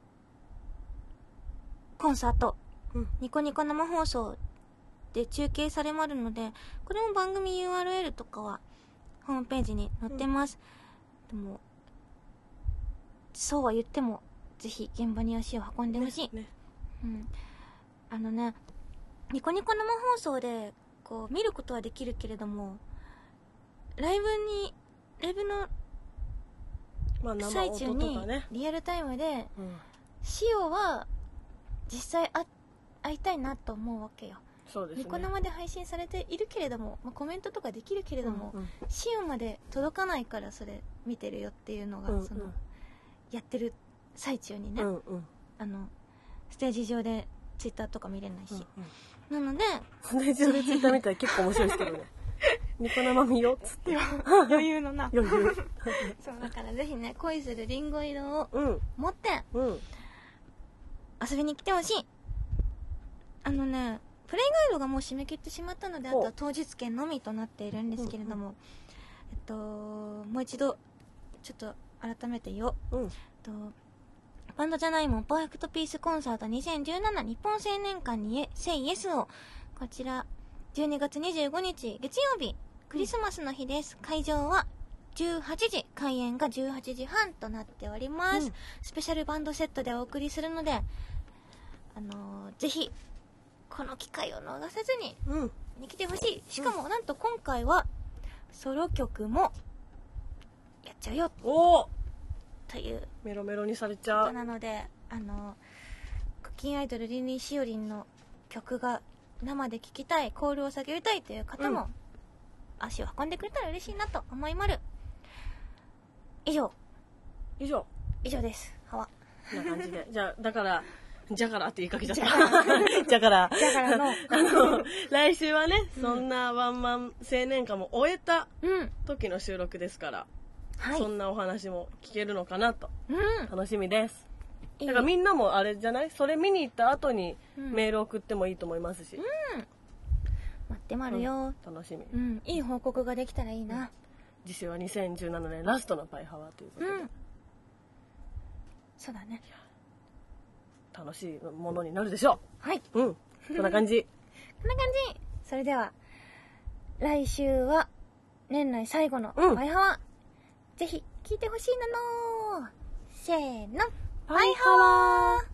Speaker 1: コンサート、
Speaker 2: うん
Speaker 1: ニコニコ生放送で中継されまるのでこれも番組 URL とかはホームページに載ってます、でもそうは言ってもぜひ現場に足を運んでほしい、
Speaker 2: ね
Speaker 1: うん、あのねニコニコ生放送でこう見ることはできるけれどもライブにライブの
Speaker 2: まあ生
Speaker 1: 最中
Speaker 2: 音と
Speaker 1: に
Speaker 2: かね
Speaker 1: リアルタイムで
Speaker 2: うん
Speaker 1: シオは実際あ会いたいなと思うわけよ、
Speaker 2: そうですね
Speaker 1: ニコ生で配信されているけれども、まあ、コメントとかできるけれども、
Speaker 2: うんうん
Speaker 1: シオまで届かないからそれ見てるよっていうのが、
Speaker 2: うんうん
Speaker 1: そのやってる最中にね、
Speaker 2: うんうん
Speaker 1: あのステージ上でツイッターとか見れないし、なので
Speaker 2: スネジオでツイッター見たら結構面白いですけどねニコ生見ようっつってよ
Speaker 1: 余裕のな
Speaker 2: <laughs> 余裕
Speaker 1: そうだからぜひね恋するりんご色を
Speaker 2: うん
Speaker 1: 持って
Speaker 2: うん
Speaker 1: 遊びに来てほしいあのねプレイガイドがもう締め切ってしまったのであと
Speaker 2: お
Speaker 1: は当日券のみとなっているんですけれども、えっともう一度ちょっと改めて言おう
Speaker 2: う
Speaker 1: え
Speaker 2: ん
Speaker 1: っとバンドじゃないもんパーフェクトピースコンサート2017日本青年館にえ Say Yes をこちら12月25日月曜日クリスマスの日です、会場は18時開演が18時半となっております、
Speaker 2: うん
Speaker 1: スペシャルバンドセットでお送りするのであのーぜひこの機会を逃さずに
Speaker 2: うん
Speaker 1: 見に来てほしいしかもなんと今回はソロ曲もやっちゃうよ
Speaker 2: おお
Speaker 1: という
Speaker 2: メロメロにされち
Speaker 1: こ
Speaker 2: ゃ
Speaker 1: と
Speaker 2: う
Speaker 1: なのであのクッキンアイドルリンリンしおりんの曲が生で聴きたいコールを叫びたいという方も、
Speaker 2: うん
Speaker 1: 足を運んでくれたら嬉しいなと思いまる以上
Speaker 2: 以上
Speaker 1: 以上ですハワ
Speaker 2: こんな感
Speaker 1: <laughs>
Speaker 2: じでじゃあだからじゃからって言いかけちゃったじゃから
Speaker 1: だからの
Speaker 2: あの来週はねそんなワンマン青年館も終えた
Speaker 1: <laughs> うん
Speaker 2: 時の収録ですから、
Speaker 1: はい
Speaker 2: そんなお話も聞けるのかなと
Speaker 1: うん
Speaker 2: 楽しみです
Speaker 1: いい
Speaker 2: だからみんなもあれじゃないそれ見に行った後に
Speaker 1: うん
Speaker 2: メール送ってもいいと思いますし、
Speaker 1: 待ってまるよ
Speaker 2: 楽しみ
Speaker 1: うん、いい報告ができたらいいな
Speaker 2: 次週は2017年ラストのパイハワということ
Speaker 1: う
Speaker 2: で、
Speaker 1: ん、そうだね
Speaker 2: 楽しいものになるでしょ
Speaker 1: はいこ
Speaker 2: ううんそんな感じ
Speaker 1: んな感じそれでは来週は年内最後の「
Speaker 2: うん
Speaker 1: ワイハワ」ぜひ聞いてほしいなのせーの
Speaker 2: パイハワー